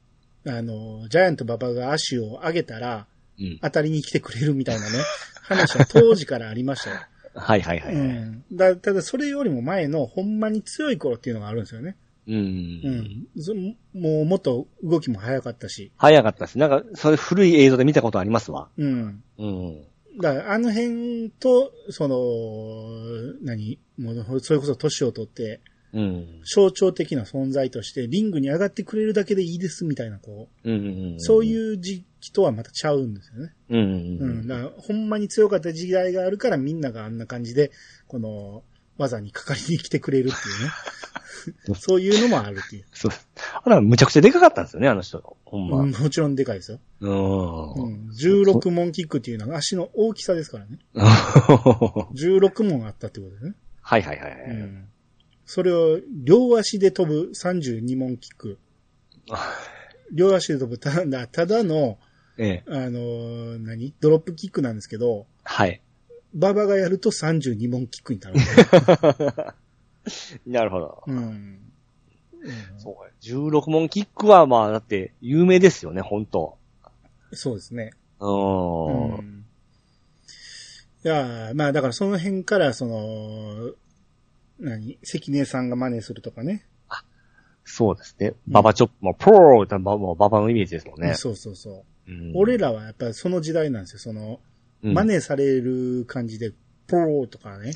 S1: あの、ジャイアント馬場が足を上げたら、
S2: うん。
S1: 当たりに来てくれるみたい
S2: <laughs>
S1: なね、話は当時からありましたよ。
S2: はい <laughs> はいはいうはい。
S1: ん。だ、ただそれよりも前の、ほんまに強い頃っていうのがあるんですよね。
S2: うん。
S1: うん。そもう、もっと動きも早かったし。
S2: 早かったです。なんか、それ古い映像で見たことありますわ。
S1: うん。
S2: うん。
S1: だから、あの辺と、その、何もう、それこそ年を取って、
S2: うん。
S1: 象徴的な存在として、リングに上がってくれるだけでいいですみたいな、こう、
S2: うん。
S1: そう
S2: う。
S1: いう時期とはまたちゃうんですよね。
S2: うん。う
S1: うん、
S2: ん。
S1: だからほんまに強かった時代があるからみんながあんな感じで、この、技にかかりに来てくれるって
S2: <laughs>
S1: いうね。そういうのもあるっていう。
S2: そう。あら、むちゃくちゃでかかったんですよね、あの人。ほんま。
S1: う
S2: うんん。
S1: もちろんでかいですよ。う
S2: うん。
S1: ん、16問キックっていうのが足の大きさですからね。
S2: <laughs> は
S1: 16問あったってことですね。
S2: いはいはいうはい。
S1: ん、それを両足で飛ぶ32問キック。両足で飛ぶ、ただ、ただの、
S2: ええ。
S1: あのー何ドロップキックなんですけど、
S2: はい。 <laughs>
S1: ババがやると32問キックになる。
S2: なるほど。
S1: うんうん
S2: そうか。16問キックは、まあ、だって、有名ですよね、ほんと。
S1: そうですね。う
S2: うん
S1: ん。いやーまあだからその辺から、その、何関根さんが真似するとかね。
S2: そうですね。ババチョップも、ポーってババババのイメージですもんね。
S1: そうそうそう。
S2: うん
S1: 俺、らはやっぱりその時代なんですよ。その、
S2: うん
S1: 真似される感じで、ポーとか
S2: <laughs>
S1: ね。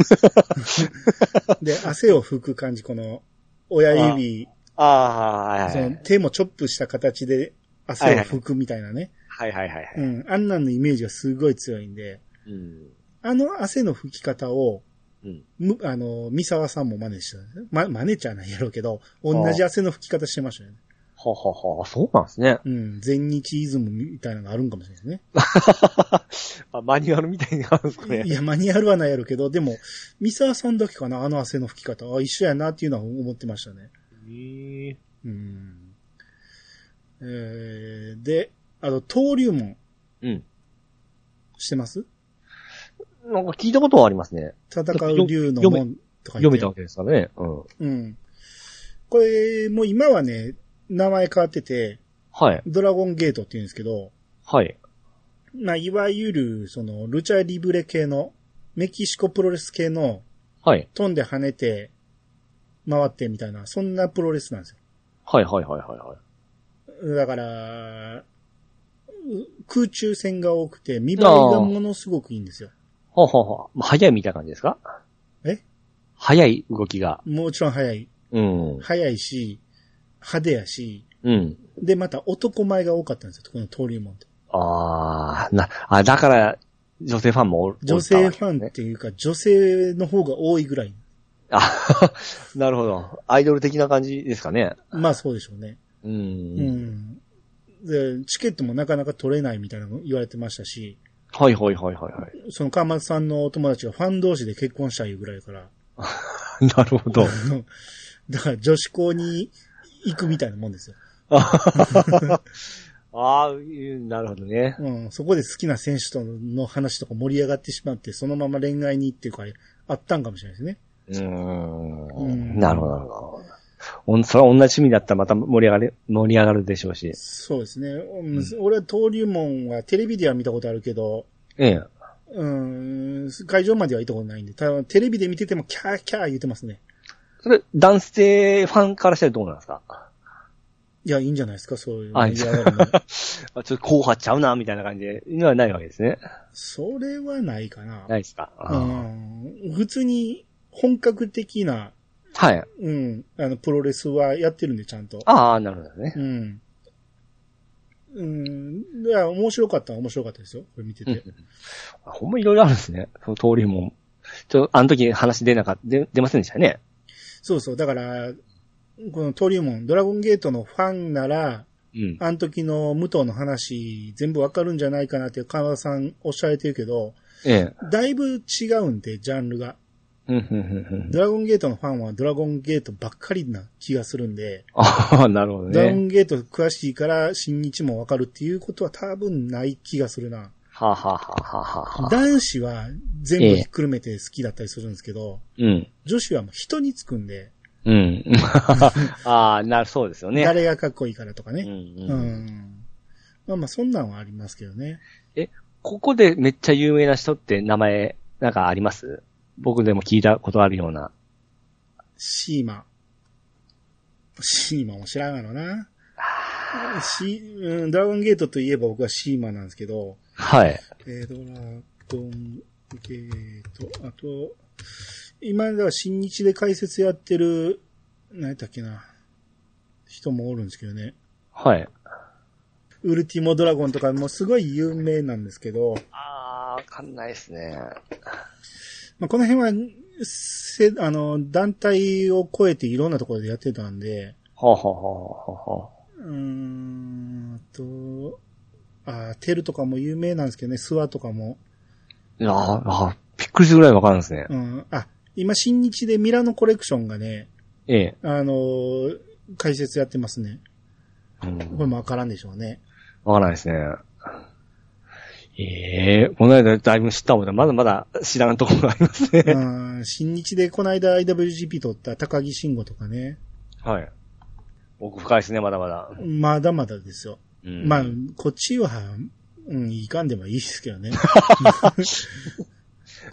S1: で、汗を拭く感じ、この、親指、
S2: ああ、はいはい
S1: そ
S2: はい
S1: の手もチョップした形で汗を拭くみたいなね。
S2: はいはいはいは
S1: う
S2: い。
S1: ん。あんなんのイメージがすごい強いんで、
S2: うん。
S1: あの汗の拭き方を、
S2: うん
S1: む、あの、三沢さんも真似したんですね。ま、真似ちゃないやろうけど、同じ汗の拭き方してましたよね。
S2: ははは、そうなんです <laughs> ね。
S1: うん。全日イズムみたいなのがあるんかもしれないですね。
S2: あマニュアルみたいにあるんですか
S1: い
S2: ね。
S1: や、マニュアルはないやろうけど、でも、三沢さんだけかな、あの汗の拭き方。あ、一緒やなっていうのは思ってましたね。
S2: へえ
S1: うん。えー、で、あの、登竜門
S2: うん。
S1: してます
S2: なんか聞いたことはありますね。
S1: 戦う竜の門とか言って
S2: 読めたわけですからね。うん。
S1: うん。これ、もう今はね、名前変わってて、
S2: はい。
S1: ドラゴンゲートって言うんですけど、
S2: はい。
S1: まあ、いわゆる、その、ルチャリブレ系の、メキシコプロレス系の、
S2: はい。
S1: 飛んで跳ねて、回ってみたいな、そんなプロレスなんですよ
S2: はいはいはいはいはい。
S1: だから、う空中戦が多くて、見栄えがものすごくいいんですよ。
S2: ははは。まあ早いみたいな感じですか
S1: え
S2: 早い動きが。
S1: もちろん早い。
S2: うん。
S1: 早いし、派手やし、
S2: うん。
S1: で、また男前が多かったんですよ、この登竜門って。
S2: ああ、な、あ、だから、女性ファンもおる
S1: 女性フ
S2: おったわ
S1: ァ
S2: け
S1: ン
S2: で
S1: っ
S2: すね
S1: ていうか、女性の方が多いぐらい。
S2: あ、 <laughs> なるほど。アイドル的な感じですかね。
S1: まあそうでしょうね。
S2: う。
S1: うんん。で、チケットもなかなか取れないみたいなの言われてましたし、
S2: はいはいはいはいは
S1: その川松さんのお友達がファン同士で結婚したいうぐらいだから、
S2: い。 <laughs> なるほど。
S1: だから女子校に行くみたいなもんですよ。
S2: ああ、うんなるほどね。
S1: うん、そこで好きな選手との話とか盛り上がってしまって、そのまま恋愛にっていうか、あったんかもしれないですね。
S2: うー
S1: うん
S2: ん。なるほど、なるほど。おんそれは同じ趣味だったらまた盛り上がる、盛り上がるでしょうし。
S1: そうですね。うん俺は登竜門はテレビでは見たことあるけど、
S2: ええ。
S1: うん、会場までは行ったことないんで、ただテレビで見ててもキャーキャー言ってますね。
S2: それ、男性ファンからしたらどうなんですか
S1: いや、いいんじゃないですか、そういう
S2: あ
S1: 盛り上がるの。
S2: あちょっと後派ちゃうな、みたいな感じで、のはないわけですね。
S1: それはないかな。
S2: <laughs> ないですか。あ
S1: う
S2: ー
S1: ん、普通に本格的な、
S2: はい。
S1: うん、あの、プロレスはやってるんで、ちゃんと。
S2: ああ、なるほどね。
S1: うん。うん。いや、面白かったは面白かったですよ。これ見てて。
S2: ほんまいろいろあるんですね。その通りも。ちょ、あの時話出なかった、出出ませんでしたね。
S1: そうそう。だから、この登竜門、ドラゴンゲートのファンなら、
S2: うん。
S1: あの時の武藤の話、全部わかるんじゃないかなって、川田さんおっしゃられてるけど、
S2: ええ。
S1: だいぶ違うんで、ジャンルが。
S2: うん、うん、うんうん。
S1: ドラゴンゲートのファンはドラゴンゲートばっかりな気がするんで、
S2: ああ、なるほど
S1: ドラゴ
S2: ね。
S1: ンゲート詳しいから新日もわかるっていうことは多分ない気がするな。
S2: はあ、はあはあはあはあ、
S1: 男子は全部ひっくるめて好きだったりするんですけど、
S2: うん。
S1: 女子はもう人につくんで、
S2: <laughs> うん。ああ、なる、そうですよね。
S1: 誰がかっこいいからとか
S2: う
S1: ね。
S2: ん
S1: う
S2: うん
S1: ん。まあまあ、そんなんはありますけどね。
S2: ここでめっちゃ有名な人って名前、なんかあります僕でも聞いたことあるような。
S1: シーマ。シーマも知らんやろな。シー、うん、ドラゴンゲートといえば僕はシーマなんですけど、
S2: はい。
S1: えー、ドラゴンゲート、あと、今では新日で解説やってる、何やったっけな、人もおるんですけどね。
S2: はい。
S1: ウルティモドラゴンとかもすごい有名なんですけど、
S2: ああ、わかんないですね。
S1: まあ、この辺は、せ、あの、団体を超えていろんなところでやってたんで、
S2: はあ、はあはあはあは
S1: うーんと、あーテルとかも有名なんですけどね、スワとかも。
S2: あ、いやーあー、びっくりするぐらいわかるんですね。
S1: うん、あ、今、新日でミラノコレクションがね、
S2: ええ。
S1: あのー解説やってますね。
S2: うん
S1: これもわからんでしょうね。 <laughs>
S2: わからないですね。ええこの間だいぶ知ったもんね。まだまだ知らんところがありますね。
S1: うん、新日でこの間 IWGP 取った高木慎吾とかね、
S2: はい。奥深いですね、まだまだ。
S1: まだまだですよ。
S2: うん
S1: まあ、こっちは、うん、いかんでもいいですけどね。
S2: <laughs>
S1: <laughs>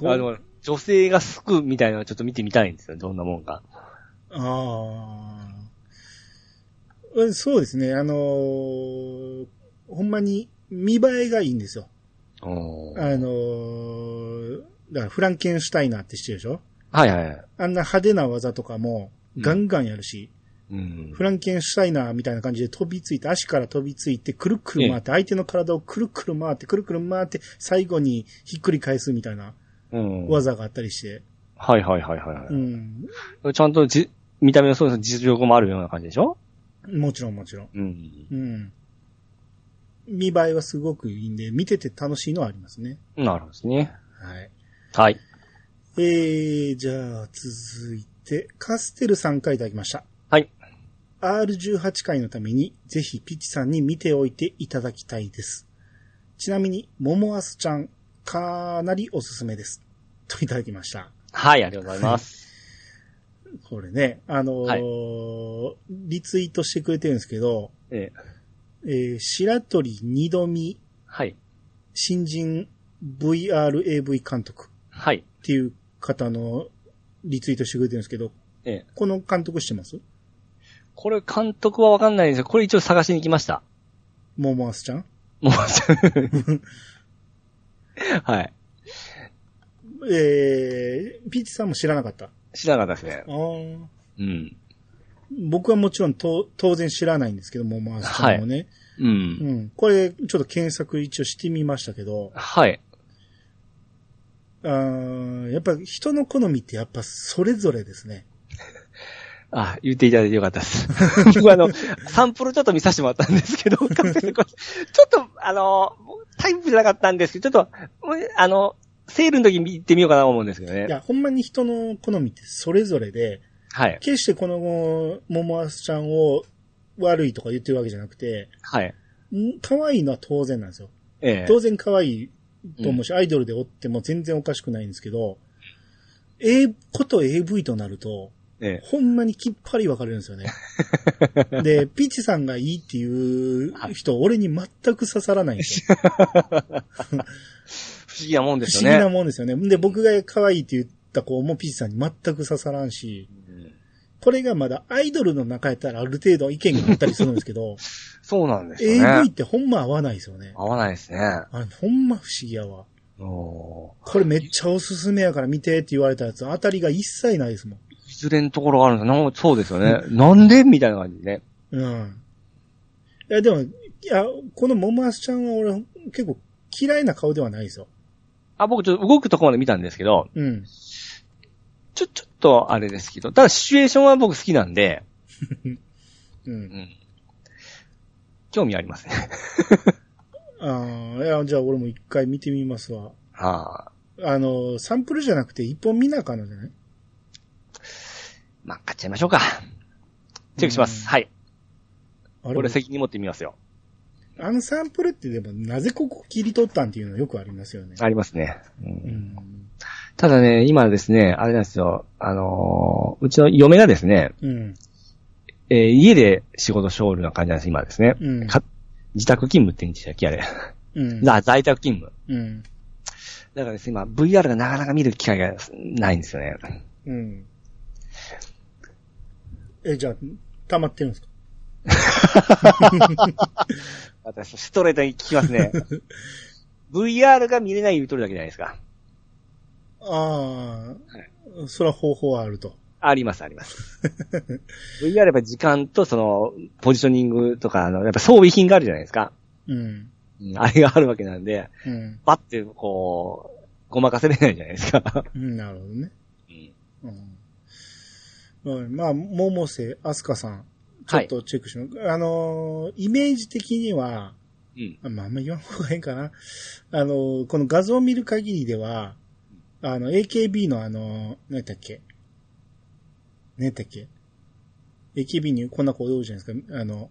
S2: あの、女性がすくみたいなのをちょっと見てみたいんですよ、どんなもんか。
S1: ああ。うんそうですね。あのーほんまに見栄えがいいんですよ。
S2: お
S1: あのーだからフランケンシュタイナーって知ってるでしょ
S2: はいはい
S1: あ
S2: はい。
S1: んな派手な技とかも
S2: うん
S1: ガンガンやるし、
S2: うん
S1: フランケンシュタイナーみたいな感じで飛びついて、足から飛びついて、くるくる回って、相手の体をくるくる回って、くるくる回って、最後にひっくり返すみたいな
S2: うん。はい
S1: 技があったりして、
S2: はいはいは
S1: う
S2: い。
S1: ん、
S2: ちゃんとじ、見た目のそうです実力もあるような感じでしょ
S1: もちろんもちろん。
S2: うん。
S1: うん。見栄えはすごくいいんで、見てて楽しいのはありますね。
S2: なるほどですね。
S1: はい。
S2: はい。
S1: えー、じゃあ続いて、カステルさんからいただきました。
S2: はい。
S1: R18 回のために、ぜひピチさんに見ておいていただきたいです。ちなみに、モモアスちゃん、かなりおすすめです。といただきました。
S2: はい、ありがとうございます。
S1: これね、あのー
S2: はい
S1: リツイートしてくれてるんですけど、
S2: ええ。
S1: えー、白鳥二度見
S2: はい。
S1: 新人 VRAV 監督
S2: はい。
S1: っていう方のリツイートしてくれてるんですけど、
S2: ええ。
S1: この監督してます
S2: これ監督はわかんないんですよ。これ一応探しに行きました。
S1: モモアスちゃん
S2: もう、はい。
S1: えー、ピーチさんも知らなかった。あ
S2: 知らなかったですね。
S1: ー
S2: うん。
S1: 僕はもちろんと当然知らないんですけど、モモアスちゃんもね。
S2: う。
S1: うんん。これ、ちょっと検索一応してみましたけど、
S2: はい。
S1: あーやっぱ人の好みってやっぱそれぞれですね。
S2: あ、言っていただいてよかったです。 <laughs> 僕あの、サンプルちょっと見させてもらったんです
S1: <laughs>
S2: けど、ちょっと、あの、タイプじゃなかったんですけど、ちょっと、もうあの、セールの時に行ってみようかなと思うんですけど
S1: い
S2: ね。
S1: や、ほんまに人の好みってそれぞれで、
S2: はい。
S1: 決してこのモモアスちゃんを悪いとか言ってるわけじゃなくて、
S2: はい。
S1: ん可愛いのは当然なんですよ。
S2: ええ。
S1: 当然可愛いと思うし、アイドルでおっても全然おかしくないんですけど、えこと AV となると、
S2: ええ。
S1: ほんまにきっぱり分かれるん
S2: <laughs>
S1: ですよね。で、ピチさんがいいっていう人、俺に全く刺さらないん
S2: <laughs>
S1: ですよ。
S2: 不思議なもんで
S1: 不
S2: す
S1: 思議
S2: よ
S1: な
S2: ね。
S1: もんですよね。で、僕が可愛いって言った子もピチさんに全く刺さらんし、これがまだアイドルの中やったらある程度意見があったりするんですけど、
S2: <laughs> そうなんですよ
S1: AV っ
S2: ね。
S1: てほんま合わないですよね。
S2: 合わないですね。
S1: あほんま不思議やわ。
S2: おー
S1: これめっちゃおすすめやから見てって言われたやつ、当たりが一切ないですもん。
S2: いずれのところがあるんですよ。なんそうですよね。なんでみたいな感じでね。
S1: うん。いや、でも、いや、このモモアスちゃんは俺、結構嫌いな顔ではないですよ。
S2: あ、僕ちょっと動くとこまで見たんですけど、
S1: うん。
S2: ちょ、ちょっとあれですけど、ただシチュエーションは僕好きなんで、
S1: う。
S2: うんん。興味ありますね。
S1: ああ、いや、じゃあ俺も一回見てみますわ。
S2: <laughs> はあ。
S1: あの、サンプルじゃなくて一本見なあかんのじゃない
S2: まあ、買っちゃいましょうか。チェックします。
S1: うん
S2: はい。
S1: あ
S2: これ
S1: れ
S2: 責任持ってみますよ。
S1: あのサンプルってでも、なぜここ切り取ったんっていうのよくありますよね。
S2: ありますね。う
S1: うんん。
S2: ただね、今ですね、あれなんですよ。あのーうちの嫁がですね、
S1: うん。
S2: えー家で仕事しょるような感じなんです、今ですね。
S1: うん
S2: か自宅勤務って言うんでしたっけ、あれ。
S1: うん。
S2: な在宅勤務。
S1: うん。
S2: だからですね、今、VR がなかなか見る機会がないんですよね。
S1: うん。え、じゃあ、溜まってるんですか
S2: 私、ストレートに聞きます <laughs> ね。VR が見れない言うとるだけじゃないですか。
S1: ああ、それは方法はあると。
S2: あります、あります。VR やっぱ時間とその、ポジショニングとか、あの、やっぱ装備品があるじゃないですか。
S1: うん。
S2: うんあれがあるわけなんで、
S1: うん。
S2: バッてこう、ごまかせれないじゃないですか。
S1: うんなるほどね。
S2: うん
S1: うん。うん、まあ、桃瀬あすかさん。ちょ
S2: は
S1: っ
S2: い。
S1: とチェックします。あのーイメージ的には、
S2: うん。
S1: あまあ、あんま言わん方がいいかな。あのーこの画像を見る限りでは、あの、AKB のあのー何やったっけ何やったっけ ?AKB にこんな子おるじゃないですか。あの、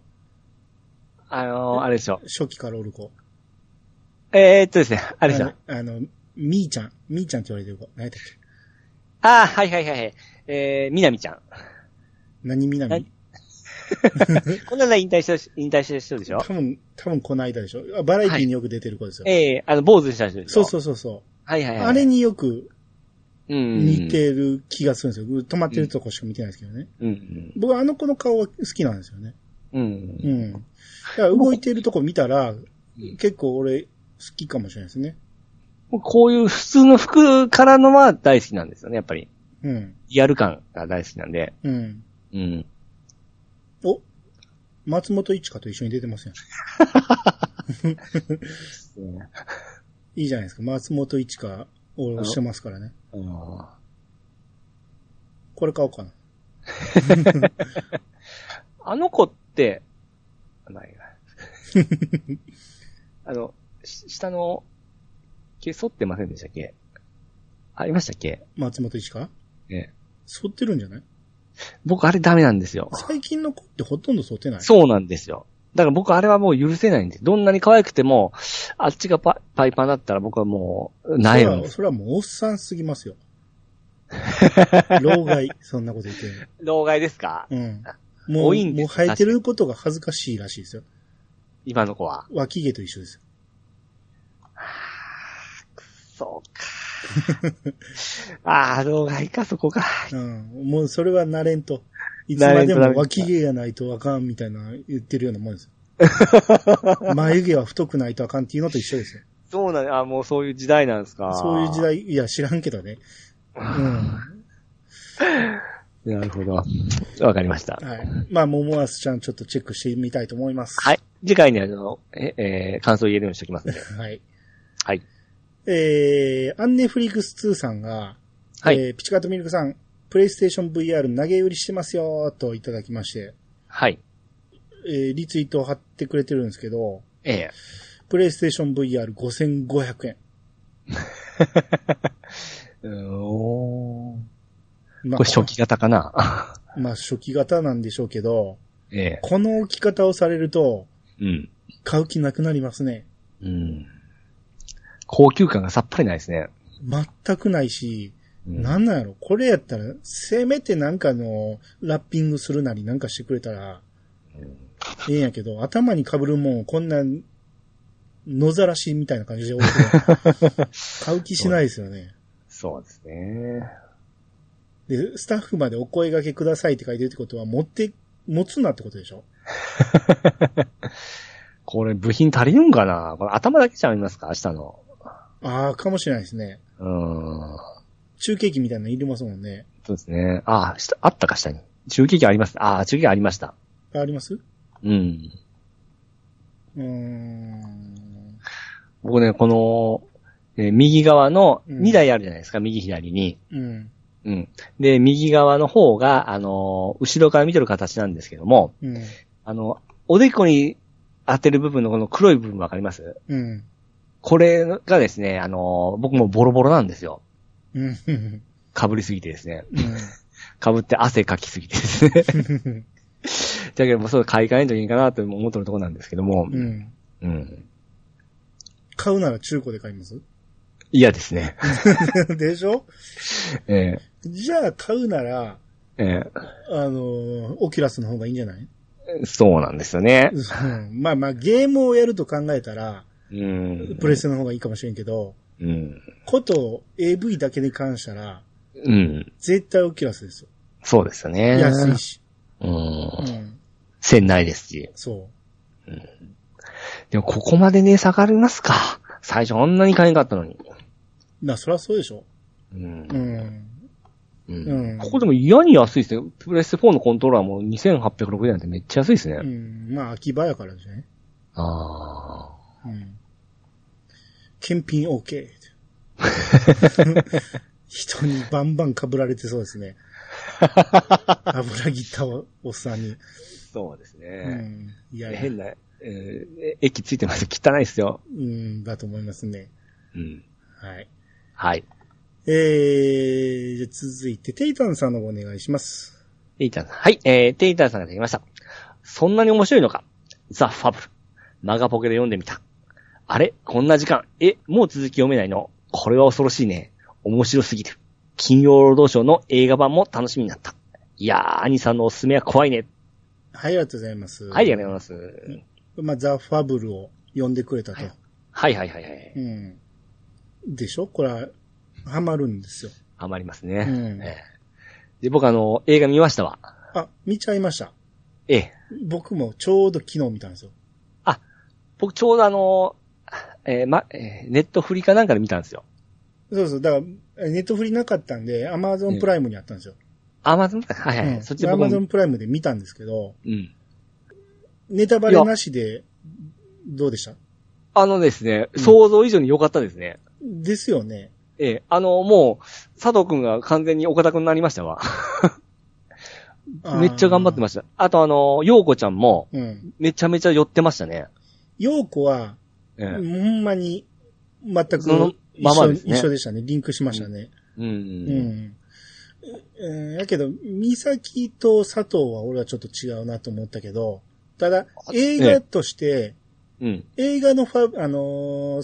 S2: あのー、あれでしょ。
S1: 初期からおる子。
S2: えー、っとですね、あれでしょ。あ
S1: あの、あのみーちゃん。みーちゃんって言われてる子。何やったっけ
S2: あー、はいはいはいはい。えー、みなみちゃん。
S1: 何みな
S2: は
S1: み
S2: いこんなの引退した、引退した人でしょ
S1: 多分、多分この間でしょ。あバラエティによく出てる子ですよ。
S2: ええあの、坊主にした人でし
S1: そ
S2: ょ
S1: うそうそうそ
S2: はいは
S1: う。
S2: いはい。
S1: あれによく
S2: うん、
S1: 似てる気がするんですよ。止まってるとこしか見てないですけどね。
S2: うん。
S1: 僕あの子の顔は好きなんですよね。
S2: うん。う。
S1: うんん。だから動いてるとこ見たら、
S2: ん
S1: 結構俺好きかもしれないですね。
S2: こういう普通の服からのは大好きなんですよね、やっぱり。
S1: うん。
S2: リアル感が大好きなんで。
S1: うん。
S2: うん。
S1: お松本一花と一緒に出て
S2: <laughs>
S1: ますよ。いいじゃないですか。松本一花を推してますからね。
S2: あ
S1: これ買おうかな。
S2: の子って、まあいいやあの、し下の、毛剃ってませんでしたっけありましたっけ
S1: 松本一花
S2: ええ
S1: 剃ってるんじゃない
S2: 僕あれダメなんですよ。
S1: 最近の子ってほとんど剃ってない。
S2: そうなんですよ。だから僕あれはもう許せないんです。どんなに可愛くても、あっちがパパイパンだったら僕はもう、ない
S1: それ
S2: ん
S1: は
S2: です。
S1: それはもうおっさんすぎ
S2: <laughs>
S1: ますよ。老害、そんなこと言ってる
S2: 老害ですか
S1: の。うん。も
S2: 多
S1: う、
S2: いん
S1: も
S2: です
S1: う生えてることが恥ずかしいらしいですよ。
S2: 今の子は。
S1: 脇毛と一緒ですよ。
S2: そう
S1: <laughs>
S2: か。ああ、老害か、そこか。 <laughs>
S1: うん。もうそれはなれんと。いつまでも脇毛がないとあかんみたいな言ってるようなもんです
S2: <laughs>
S1: よ。眉毛は太くないとあかんっていうのと一緒ですよ。
S2: そうなんあーもうそういう時代なんですか。
S1: そういう時。代、いや知らんけどね。うん。は
S2: なるほど。わかりました。
S1: い。まあ、ももあすちゃんちょっとチェックしてみたいと思います。
S2: はい。次回にあの、え、えー感想を言えるようにしておきますんで。
S1: はい。
S2: はい。
S1: えー、アンネフリクス2さんが、
S2: はい。
S1: えーピチカートミルクさん、プレイステーション VR 投げ売りしてますよーといただきまして、
S2: はい。
S1: えーリツイートを貼ってくれてるんですけど、
S2: ええ
S1: プレイステーション VR5500 円。
S2: うーんおー
S1: まあ
S2: これ初期型かな。 <laughs>
S1: まあ初期型なんでしょうけど、
S2: ええ
S1: この置き方をされると、
S2: うん。
S1: 買う気なくなりますね。
S2: うん高級感がさっぱりないですね。
S1: 全くないし、
S2: うん
S1: なんなんやろこれやったら、せめてなんかの、ラッピングするなりなんかしてくれたら、ええんやけど、頭に被るもん、こんな、野ざらしみたいな感じで置いて
S2: <laughs>
S1: 買う気しないですよね。
S2: そうですね。
S1: で、スタッフまでお声掛けくださいって書いてるってことは、持って、持つなってことでしょ
S2: これ部品足りるんかなこれ頭だけじゃありますか明日の。
S1: ああ、かもしれないですね。
S2: うーん。
S1: 中継機みたいなのいりますもんね。
S2: そうですね。あ、下、あったか下に。中継機あります。あ、中継機ありました。
S1: ありますう
S2: うん。
S1: ーん。
S2: 僕ね、この、えー右側の2台あるじゃないですか、右左に。
S1: うん。
S2: うん。で、右側の方が、あのー後ろから見てる形なんですけども、
S1: うん。
S2: あの、おでこに当てる部分のこの黒い部分わかります
S1: うん。
S2: これがですね、あの、僕もボロボロなんですよ。
S1: うん。うん。
S2: 被りすぎてですね。
S1: う
S2: 被って汗かきすぎてですね。 <laughs> だ
S1: ん。
S2: けどもうそう買い替えんといいかなと思ってるところなんですけども。
S1: うん。
S2: うん。
S1: 買うなら中古で買います <laughs>
S2: 嫌、ですね。 <laughs>
S1: でしょ
S2: え
S1: じゃあ買うなら、
S2: ええ
S1: あのーオキュラスの方がいいんじゃない <laughs>
S2: えそうなんですよね。
S1: うんまあまあ、ゲームをやると考えたら、
S2: うん。
S1: プレステの方がいいかもしれんけど、
S2: うん。
S1: こと、AV だけに関したら、
S2: うん。
S1: 絶対オキュラスですよ。
S2: そうですよね。
S1: 安いし。
S2: うん
S1: う。ん。
S2: 線ないですし。
S1: そ
S2: でもここまでね、下がりますか。最初あんなに買えんかったのに。
S1: う。な、そりゃそうでしょ。
S2: うん
S1: う。ん。
S2: うん
S1: うん
S2: ここでも嫌に安いですね。プレステ4のコントローラーも2860円なんてめっちゃ安いですね。
S1: うん。まあ、秋葉やからじゃね。
S2: あ
S1: うん。検品 OK。人にバンバン被られてそうです
S2: <laughs>
S1: ね。油ぎったおっさんに。
S2: あ。そうです
S1: う
S2: ね。
S1: ん。いやいや
S2: 変、な、えー液ついてます。汚いですよ。
S1: うん、だと思いますね。
S2: うん。
S1: はい。
S2: はい。
S1: えー、じゃあ続いて、テイタンさんの方お願いします。
S2: テイタンさん。はい。えー、テイタンさんができました。そんなに面白いのかザ・ファブル。マガポケで読んでみた。あれこんな時間。え、もう続き読めないのこれは恐ろしいね。面白すぎる。金曜ロードショーの映画版も楽しみになった。いやー、兄さんのおすすめは怖いね。
S1: はい、ありがとうございます。
S2: はい、ありがとうございます。
S1: まあ、ザ・ファブルを呼んでくれたと。
S2: はいはいはいはいはい。
S1: うん。でしょこれは、ハマるんですよ。
S2: ハマります
S1: う
S2: ね。
S1: ん
S2: ええで、僕あの、映画見ましたわ。
S1: あ、見ちゃいました。
S2: ええ。
S1: 僕もちょうど昨日見たんですよ。
S2: 僕ちょうどあの、えーま、えーネットフリかなんかで見たんですよ。
S1: そうそう。だから、ネットフリなかったんで、アマゾンプライムにあったんですよ。
S2: アマゾンはいはい、
S1: うん
S2: そっちで
S1: ア
S2: 僕
S1: マゾ
S2: も
S1: ン、プライムで見たんですけど、
S2: うん。
S1: ネタバレなしで、どうでした
S2: あのですね、
S1: うん
S2: 想像以上に良かったですね。
S1: ですよね。
S2: ええ、あの、もう、佐藤くんが完全に岡田くんになりましたわ。めっちゃ頑張ってま
S1: し
S2: した。あとあの、ようこちゃんも、
S1: た。うん。
S2: めちゃめちゃ寄ってましたね。
S1: 陽子は、
S2: ええ
S1: ほんまに、全く
S2: その
S1: 一緒、
S2: ままですね
S1: 一緒でしたね。リンクしましたね。
S2: うん。
S1: うん。えーやけど、美咲と佐藤は俺はちょっと違うなと思ったけど、ただ、映画として、
S2: うん。うん。
S1: 映画のファ、あの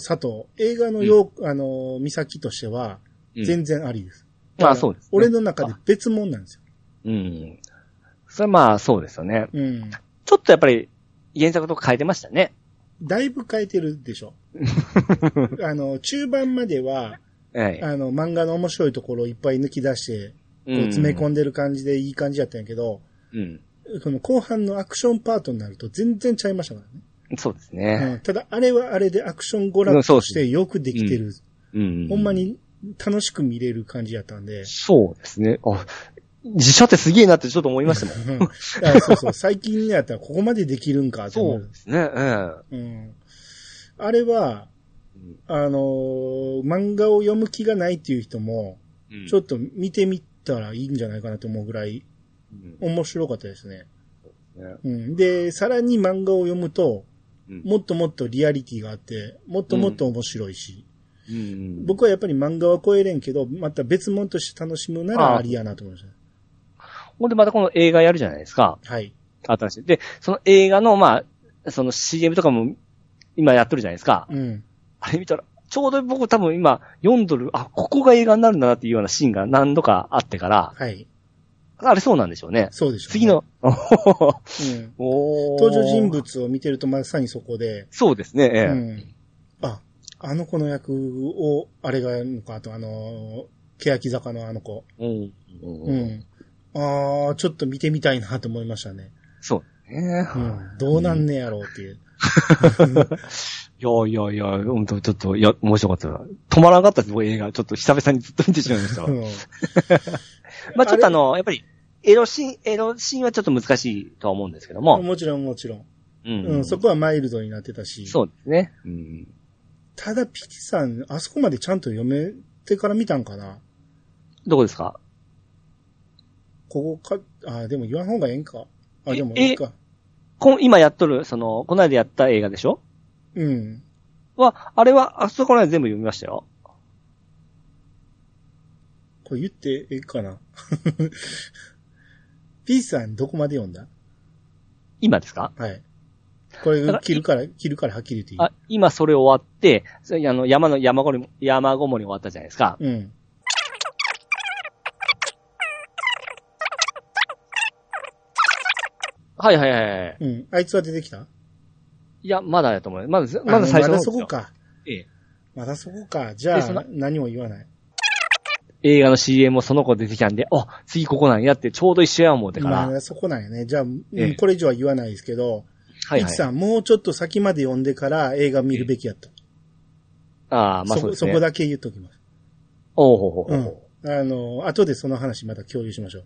S1: ー佐藤、映画のよう、あのー美咲としては、全然ありです。
S2: まあそうですね、
S1: 俺の中で別物なんですよ。
S2: うん。それはまあそうですよね。
S1: うん。
S2: ちょっとやっぱり、原作とか変えてましたね。
S1: だいぶ変えてるでし
S2: <laughs>
S1: ょ。あの、中盤までは、
S2: はい。
S1: あの、漫画の面白いところをいっぱい抜き出して、こう詰め込んでる感じでいい感じやったんやけど、
S2: うん。
S1: この後半のアクションパートになると全然ちゃいましたからね。
S2: うん。そうです
S1: う
S2: ね。
S1: んただ、あれはあれでアクション娯楽としてよくできてる。
S2: うん。
S1: ほんま。に楽しく見れる感じやったんで。
S2: そうですね。あ、自社ってすげえなってちょっと思いま
S1: <laughs>
S2: したもん。
S1: うんあそう
S2: <laughs>
S1: そう、最近になったらここまでできるんかと思う。
S2: ですね。
S1: う
S2: え
S1: ん、あれは、あのー漫画を読む気がないっていう人も、
S2: え。
S1: ちょっと見てみたらいいんじゃないかなと思うぐらい
S2: うん
S1: 面白かったですね。
S2: ね
S1: うん、で、さらに漫画を読むと、
S2: うん
S1: もっともっとリアリティがあって、もっともっと面白いし、
S2: うん
S1: 僕はやっぱり漫画は超えれんけど、また別物として楽しむなら
S2: あ
S1: ありやなと思いまし
S2: ほんでまたこの映画やるじゃないですか。
S1: た。はい。
S2: 新しい。で、その映画の、まあ、その CM とかも今やっとるじゃないですか。
S1: うん。
S2: あれ見たら、ちょうど僕多分今4ドル、あ、ここが映画になるんだなっていうようなシーンが何度かあってから、
S1: はい。
S2: あれそうなんでしょうね。
S1: そうでしょうね、
S2: 次の、
S1: うん。
S2: <laughs> おー
S1: 登場人。物を見てるとまさにそこで、
S2: そうですね、ええ。
S1: うん。あ、あの子の役を、あれがやるのか、あとあのー、欅坂のあの子。
S2: うん。
S1: う
S2: うん
S1: ん。ああちょっと見てみたいなと思いましたね。
S2: そうね。
S1: うん。どうなんねやろうっていう。
S2: いやいやいや、ほんと、ちょっと、いや、面白かったな。止まらなかったです、僕映画。ちょっと久々にずっと見てしまい
S1: <laughs>
S2: ましたわ。
S1: うん。
S2: まあちょっとあの、やっぱり、エロシーン、エロシーンはちょっと難しいとは思うんですけども。
S1: もちろんもちろん。
S2: う
S1: うん、そこはマイルドになってたし。
S2: そうですね。うん。
S1: ただ、ピチさん、あそこまでちゃんと読めてから見たんかな
S2: どこですか
S1: ここか、あーでも言わん方がええんか。あ、でもいいか。
S2: こん今やっとる、その、この間やった映画でしょ
S1: うん。
S2: は、あれは、あそこら辺全部読みましたよ。
S1: これ言ってええかな。 <laughs> ピチさん、どこまで読んだ
S2: 今ですか
S1: はい。これ
S2: だから、
S1: 切るから、切るからはっきり言っていい
S2: あ、今それ終わって、それあの、山の、山ごもり、山ごもり終わったじゃないですか。
S1: うん。
S2: はいはいはいはい。
S1: うん。あいつは出てきた
S2: いや、まだやと思う。まだ、まだ
S1: あ
S2: 最
S1: まだ
S2: 初の方です
S1: そ
S2: よ
S1: こ。か。
S2: ええ。
S1: まだそこか。じゃ
S2: でその
S1: あ、何も言わない。
S2: 映画の CM もその子出てきたんで、あ、次ここなんやって、ちょうど一緒や思うてから。
S1: まあ、そこなんやね。じゃあ、うん
S2: ええ
S1: これ以上は言わないですけど、
S2: はい、
S1: ピ
S2: は
S1: チ
S2: い。
S1: さん、もうちょっと先まで読んでから映画見るべきやと。
S2: ああ、
S1: そ
S2: まあそう
S1: こ
S2: です
S1: そ
S2: ね。
S1: こだけ言っときます。
S2: おうほうほうほ
S1: うん。
S2: う。
S1: あの、後でその話また共有しましょう。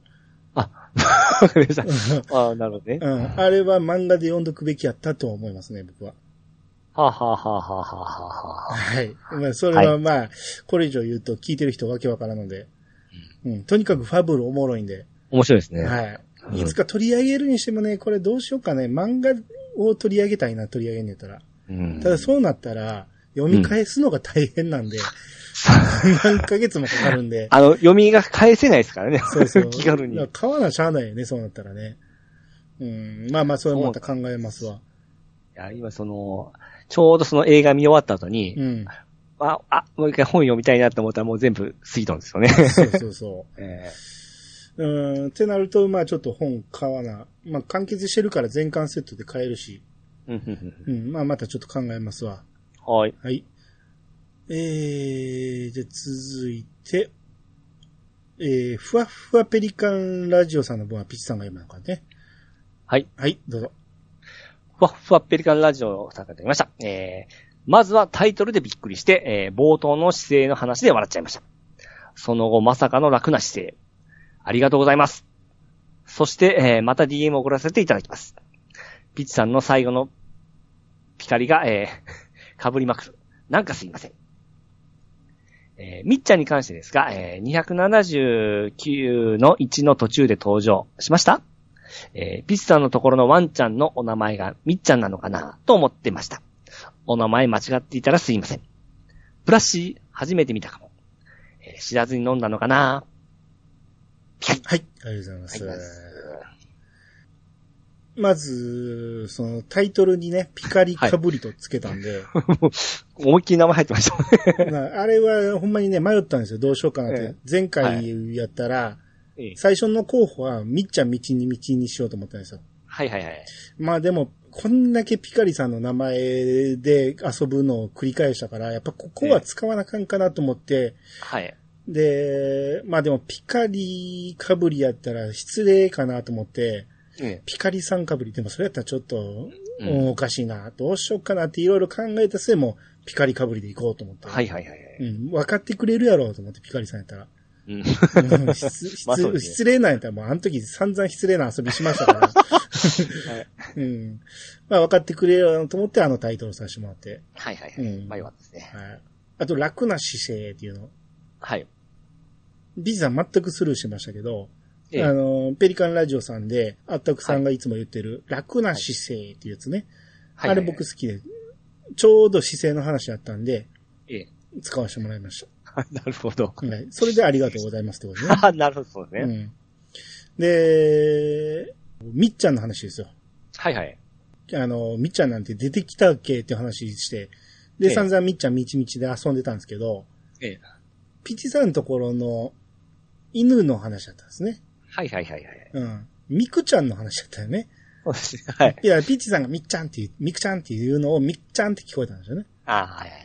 S2: あ、 <laughs> わかりました。ああ、なるほどね。
S1: う
S2: は
S1: ん。あれは漫画で読んどくべきやったと思いますね、僕は。
S2: あ、はあはあはあはあはあ。
S1: はい。まあ、それはまあ、これ以上言うと聞いてる人わけわからんので。うん。とにかくファブルおもろいんで。
S2: 面白いですね。
S1: はい。
S2: うん
S1: いつか取り上げるにしてもね、これどうしようかね。漫画を取り上げたいな、取り上げんねやったら。
S2: うん
S1: ただそうなったら、読み返すのが大変なんで、 <laughs> 何ヶ月もかかるんで。
S2: <laughs> あの、読みが返せないですからね。
S1: そうそう
S2: <laughs> 気軽に。
S1: だから買わなしゃあないよね、そうなったらね。うん。まあまあ、それもまた考えますわ。
S2: いや、今その、ちょうどその映画見終わった後に、
S1: うん。
S2: あ、あ、もう一回本読みたいなと思ったらもう全部過ぎたんですよね。
S1: そうそうそ
S2: ええ
S1: う。うん、ってなると、まあちょっと本買わな。まあ完結してるから全巻セットで買えるし、
S2: <laughs> うんうん
S1: うん、まあまたちょっと考えますわ。
S2: うんはい。
S1: はい。えー、じゃあ続いて、えー、ふわふわペリカンラジオさんの分はピチさんが読むのかね。
S2: はい。
S1: はい、どうぞ。
S2: ふわっふわペリカンラジオを参加いただきました。えー、まずはタイトルでびっくりして、えー、冒頭の姿勢の話で笑っちゃいました。その後、まさかの楽な姿勢。ありがとうございます。そして、えー、また DM を送らせていただきます。ピッチさんの最後のピカリが、えー、かぶりまくる。なんかすいません。えー、みっちゃんに関してですが、えー、279の1の途中で登場しましたえーピッチさんのところのワンちゃんのお名前がみっちゃんなのかなと思ってました。お名前間違っていたらすいません。プラッシー、初めて見たかも。えー知らずに飲んだのかな
S1: はい、ありがとうござい
S2: は
S1: ま
S2: い
S1: す。まず、そのタイトルにね、ピカリカブリとつけたんで、
S2: 思いっきり名前入ってました。
S1: まああれはほんまにね、迷ったんですよ。どうしようかなって。
S2: ええ
S1: 前
S2: は
S1: 回やったら、
S2: <laughs> ええ
S1: 最初の候補は、みっちゃん道に道にしようと思ったんですよ。
S2: はいはいはい。
S1: まあでも、こんだけピカリさんの名前で遊ぶのを繰り返したから、やっぱここは使わなあかんかなと思って、
S2: はい。
S1: で、まあでもピカリかぶりやったら失礼かなと思って、
S2: え
S1: ピカリさんかぶり、でもそれやったらちょっと、
S2: え
S1: うんおかしいな、どうしようかなっていろいろ考えた末も、ピカリかぶりでいこうと思って。
S2: はいはいはいはい。
S1: うん、分かってくれるやろうと思ってピカリさんやった
S2: <laughs>
S1: ら。
S2: うん
S1: うん失
S2: まあそ
S1: 失
S2: うですね
S1: 失礼なんやったらもうあの時散々失礼な遊びしました
S2: <laughs>
S1: から。うん。まあ分かってくれよなと思ってあのタイトルさせてもらって。
S2: はいはいは
S1: う
S2: い。
S1: ん
S2: まあよかったですね。
S1: はい。あと楽な姿勢っていうの。
S2: はい。
S1: ビザ全くスルーしてましたけど、
S2: ええ
S1: あの、ペリカンラジオさんで、あったくさんがいつも言ってる、楽な姿勢っていうやつね。
S2: はい
S1: あれ僕好きで、ちょうど姿勢の話だったんで、
S2: ええ
S1: 使わせてもらいまし
S2: <laughs> なるほど。
S1: た。はい。それでありがとうございますってことね。
S2: あなるほどそうですね。
S1: うん。で、みっちゃんの話ですよ。
S2: はいはい。
S1: あの、みっちゃんなんて出てきたっけって話して、
S2: え
S1: で、
S2: え
S1: 散々みっちゃんみちみちで遊んでたんですけど、
S2: ええ
S1: ピチさんのところの犬の話だったんですね。
S2: はいはいはいはい。
S1: うん。ミクちゃんの話だったよね。
S2: そうですね。はい。
S1: いや、ピッチさんがみっちゃんっていう、みくちゃんっていうのをみっちゃんって聞こえたんですよね。
S2: ああ、はいは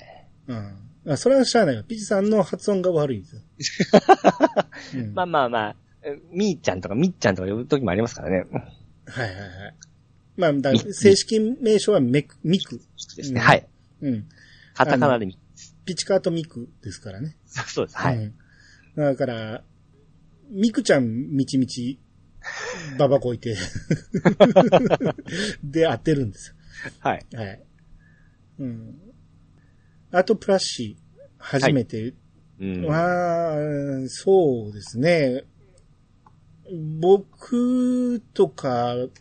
S2: いはい。
S1: うん。あそれはしゃあないわ。ピッチさんの発音が悪いん
S2: <laughs>
S1: ですよ。うん
S2: まあまあまあ、えみーちゃんとかみっちゃんとか呼ぶときもありますからね。
S1: はいはいはい。まあ、だ正式名称はメク、ミク。
S2: ですね。はい。
S1: うん。
S2: カタカナでみ。
S1: ピチカートミクですからね。
S2: そうです。は
S1: う
S2: い。
S1: ん。だから、ミクちゃんみちみち、ババこいて、 <laughs> で当てるんです
S2: はい。
S1: よ。はい。うん。あと、プラッシー、初めて
S2: うん。
S1: まあ、そうですね。僕とか、う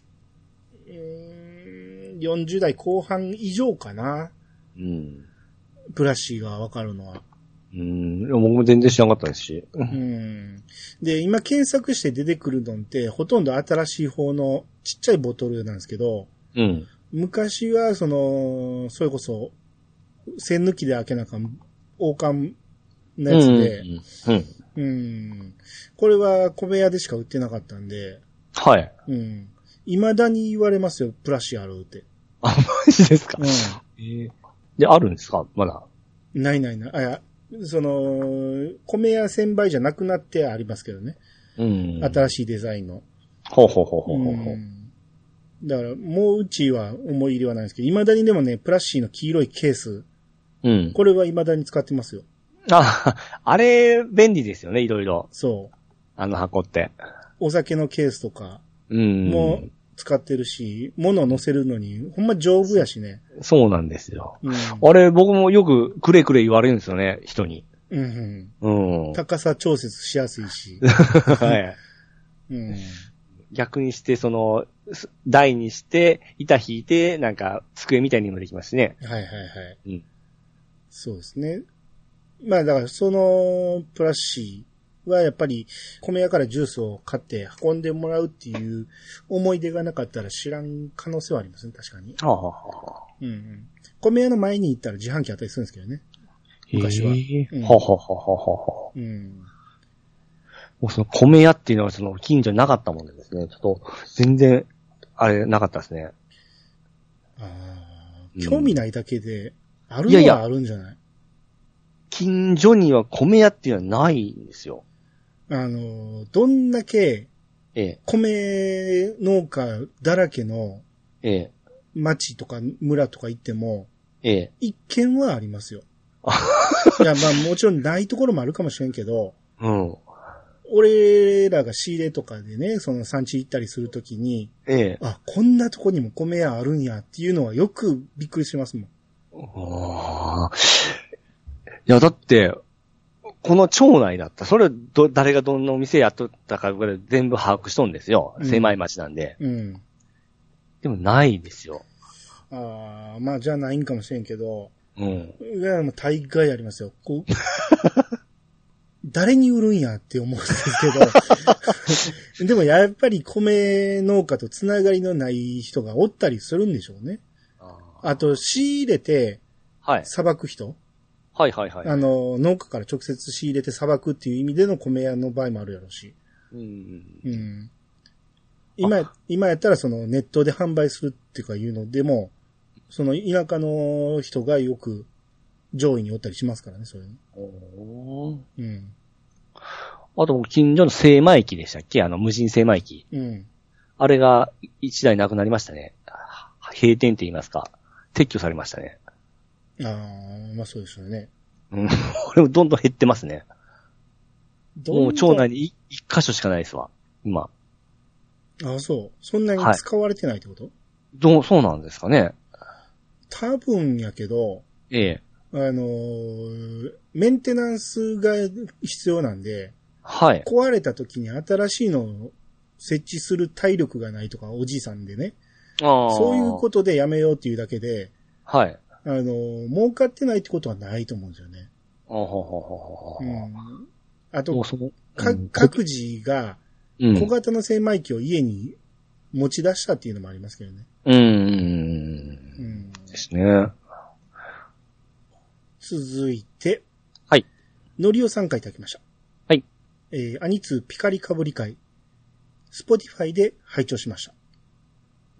S1: ーん40代後半以上かな。
S2: うん。
S1: プラッシーがわかるのは。
S2: うん。僕も全然知らなかったですし。
S1: うん。で、今検索して出てくるのって、ほとんど新しい方のちっちゃいボトルなんですけど、
S2: うん。
S1: 昔は、その、それこそ、栓抜きで開けなあかん、王冠のやつで、
S2: うん。うん。
S1: うん。これは米屋でしか売ってなかったんで、
S2: はい。
S1: うん。未だに言われますよ、プラシアルって。
S2: あ、マジですか。
S1: う
S2: えーで、あるんですかまだ。
S1: ん。ないないない。あ、いや、その、米屋専売じゃなくなってありますけどね。
S2: うん。
S1: 新しいデザインの。
S2: ほうほうほうほうほうほ
S1: う
S2: う。
S1: んだから、もううちは思い入れはないんですけど、未だにでもね、プラッシーの黄色いケース、
S2: うん。
S1: これは未だに使ってますよ。
S2: あ、 <laughs> あれ、便利ですよね、いろいろ。
S1: そ
S2: あの箱って。
S1: う。お酒のケースとか
S2: うん。
S1: も使ってるし、物を乗せるのに、ほんま丈夫やしね。
S2: そうなんですよ。
S1: うん。
S2: あれ、僕もよくくれくれ言われるんですよね、人に。
S1: うんうん
S2: うん。は
S1: 高さ調節しやすい
S2: <laughs>
S1: し。
S2: い。
S1: うん。
S2: 逆にして、その、す台にして、板引いて、なんか、机みたいにもできますしね。
S1: はいはいはい。
S2: うん
S1: そうですね。まあだからそのプラッシーはやっぱり米屋からジュースを買って運んでもらうっていう思い出がなかったら知らん可能性はありますね、確かに。
S2: はあ、はあ、
S1: うんうん。米屋の前に行ったら自販機あったりするんですけどね。昔は
S2: へえ
S1: うん
S2: はあはあはあはあはあ
S1: うん。
S2: もうその米屋っていうのはその近所になかったもんでですね、ちょっと全然、あれなかったですね。
S1: ああ
S2: うん
S1: 興味ないだけで、ある
S2: いやい
S1: の
S2: や
S1: はあるんじゃない
S2: 近所には米屋っていうのはないんですよ。
S1: あの、どんだけ
S2: ええ、
S1: 米農家だらけの
S2: ええ、
S1: 町とか村とか行っても、
S2: ええ、
S1: 一見はありますよ。いや、まあもちろんないところもあるかもしれんけど、
S2: うん、
S1: 俺らが仕入れとかでね、その産地行ったりするときに、
S2: ええ。
S1: あ、こんなとこにも米屋あるんやっていうのはよくびっくりしますもん。
S2: あーいや、だって、この町内だった。それをど、誰がどんなお店やっとったかぐらい全部把握しとんですよ。
S1: うん
S2: 狭い町なんで。
S1: うん。
S2: でもないですよ。
S1: ああ、まあじゃあないんかもしれんけど、
S2: うん。
S1: いや、もう大概ありますよ。こう誰に売るんやって思うんですけど、でもやっぱり米農家とつながりのない人がおったりするんでしょうね。あと、仕入れて、
S2: はい。
S1: 砂漠人
S2: はいはいはい。
S1: あの、農家から直接仕入れて砂漠っていう意味での米屋の場合もあるやろうし。
S2: うん。
S1: うん。今、今やったらそのネットで販売するっていうかいうのでも、その田舎の人がよく上位におったりしますからね、それ。
S2: おー
S1: うん。
S2: あと、近所の精米機でしたっけあの、無人精米機。
S1: うん。
S2: あれが一台なくなりましたね。閉店って言いますか。撤去されましたね。
S1: ああ、まあそうですよね。
S2: うん。これもどんどん減ってますね。
S1: どん
S2: も
S1: ど
S2: うん町内にい一箇所しかないですわ。今。
S1: ああ、そう。そんなに使われてないってこと、
S2: どう、そうなんですかね。
S1: 多分やけど、
S2: ええ。
S1: あのーメンテナンスが必要なんで、
S2: はい。
S1: 壊れた時に新しいのを設置する体力がないとか、おじいさんでね。
S2: ああ。
S1: そういうことでやめようっていうだけで、
S2: はい。
S1: あの、儲かってないってことはないと思うんですよね。
S2: ああ、ほうほうほうほ
S1: う
S2: うほ
S1: ん。あ
S2: う。も
S1: と
S2: う、その、
S1: か
S2: うん
S1: 各自が
S2: う
S1: 小
S2: ん。
S1: 型の精米機を家に持ち出したっていうのもありますけどね。
S2: うん。
S1: う
S2: うん
S1: ん。
S2: ですね。
S1: 続いて。
S2: はい。
S1: のりおさんからいただきました。
S2: はい。
S1: えー、アニツピカリかぶり会。スポティファイで拝聴しました。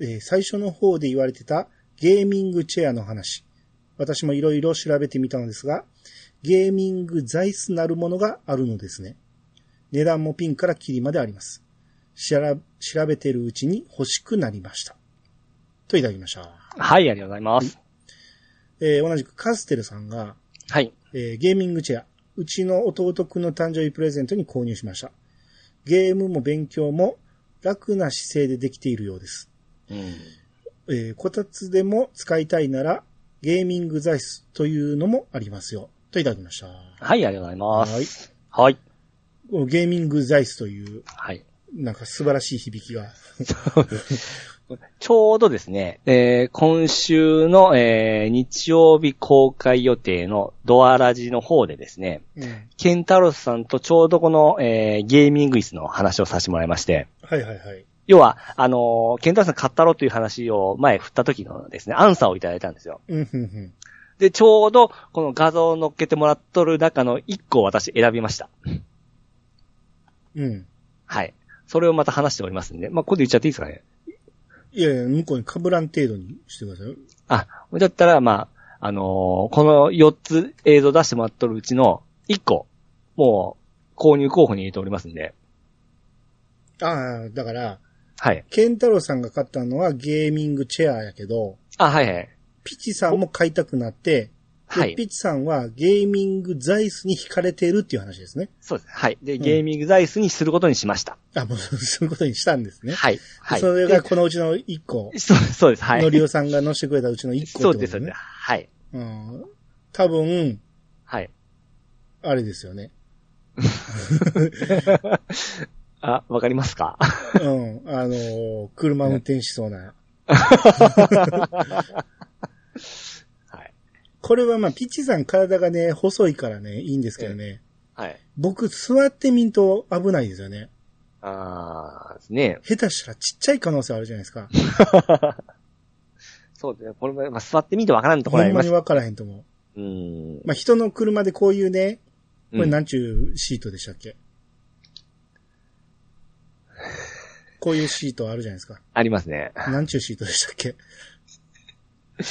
S1: えー、最初の方で言われてたゲーミングチェアの話。私もいろいろ調べてみたのですが、ゲーミング材質なるものがあるのですね。値段もピンからキリまであります。しら調べてるうちに欲しくなりました。といただきました。
S2: はい、ありがとうございます。
S1: えー、同じくカステルさんが、
S2: はい。
S1: えーゲーミングチェア。うちの弟くんの誕生日プレゼントに購入しました。ゲームも勉強も楽な姿勢でできているようです。
S2: うん。
S1: えーこたつでも使いたいなら、ゲーミング材質というのもありますよ。といただきました。
S2: はい、ありがとうございます。はい。
S1: ゲーミング材質という、
S2: はい。
S1: なんか素晴らしい響きが。
S2: ちょうどですね、えー、今週の、えー、日曜日公開予定のドアラジの方でですね、
S1: うん
S2: ケンタロスさんとちょうどこの、えー、ゲーミング椅子の話をさせてもらいまして、
S1: はいはいはい。
S2: 要は、あのーケンタロスさん買ったろという話を前振った時のですね、アンサーをいただいたんですよ。
S1: うん、ふんふん。
S2: で、ちょうど、この画像を乗っけてもらっとる中の1個を私選びました。
S1: うん。
S2: はい。それをまた話しておりますんで、まあ、ここで言っちゃっていいですかね。
S1: いやいや、向こうに被らん程度にしてくださいよ。
S2: あ、だったら、まあ、あのーこの4つ映像出してもらっとるうちの1個、もう、購入候補に入れておりますんで、
S1: ああ、だから、
S2: はい。
S1: ケンタロウさんが買ったのはゲーミングチェアやけど、
S2: あ、はいはい。
S1: ピチさんも買いたくなって、で
S2: はい。
S1: ピチさんはゲーミングザイスに惹かれてるっていう話ですね。
S2: そうです。はい。で、
S1: ん
S2: ゲーミング材質にすることにしました。
S1: あ、もう <laughs> そういうことにしたんですね。
S2: はい。はい。
S1: それがこのうちの1個
S2: で、そうそうです。はい。
S1: のりおさんが載せてくれたうちの1個
S2: そ
S1: ってこ
S2: う
S1: と
S2: で、
S1: ですす
S2: そうで
S1: ね
S2: す。。はい。
S1: うん。多分、
S2: はい。 <laughs>
S1: あれですよね。
S2: あ、わかりますか
S1: うん。あのー車運転しそうな。
S2: はい。
S1: これはまあ、ピチさん体がね、細いからね、いいんですけどね。
S2: はい。
S1: 僕、座ってみんと危ないですよね。
S2: あー、ですね。
S1: 下手したらちっちゃい可能性あるじゃないで
S2: <laughs>
S1: すか。
S2: そうですね。これも、まあ、座ってみてわからんところあ
S1: ほん
S2: り
S1: ま
S2: ま
S1: に
S2: す。
S1: 分からへんと思う。
S2: うーん。
S1: まあ、人の車でこういうね、こ
S2: う
S1: れ
S2: ん
S1: なんちゅうシートでしたっけ、こういうシートあるじゃないですか。
S2: ありますね。
S1: なんちゅうシートでしたっけ
S2: 出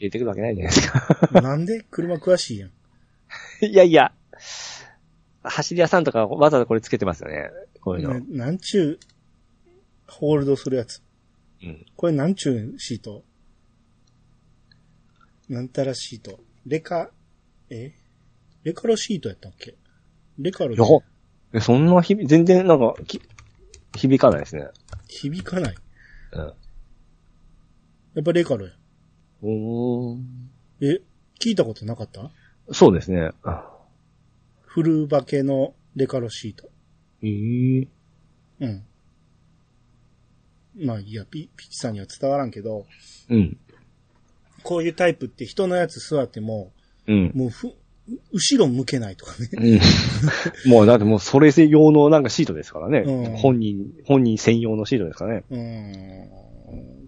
S2: 出てくるわけないじゃないですか。 <laughs>
S1: なんで車詳しいやん。
S2: いやいや。走り屋さんとかわざわざこれつけてますよね。こういうの。
S1: ななんちゅう、ホールドするやつ。
S2: うん
S1: これなんちゅうシートなんたらシート。レカ、えレカロシートやったっけレカロ
S2: いやほえそんなひび、全然なんか、き響かないですね。
S1: 響かない。
S2: うん。
S1: やっぱレカロや。
S2: おー
S1: え、聞いたことなかった
S2: そうですね。あ
S1: フルバケのレカロシート。
S2: えー、
S1: うん。まあいいや、ピ、ピチさんには伝わらんけど、
S2: うん。
S1: こういうタイプって人のやつ座っても、
S2: うん。
S1: もうふ、後ろ向けないとかね。
S2: うん。 <laughs> もうだってもうそれ用のなんかシートですからね。
S1: うん
S2: 本人、本人専用のシートですからね。
S1: <laughs>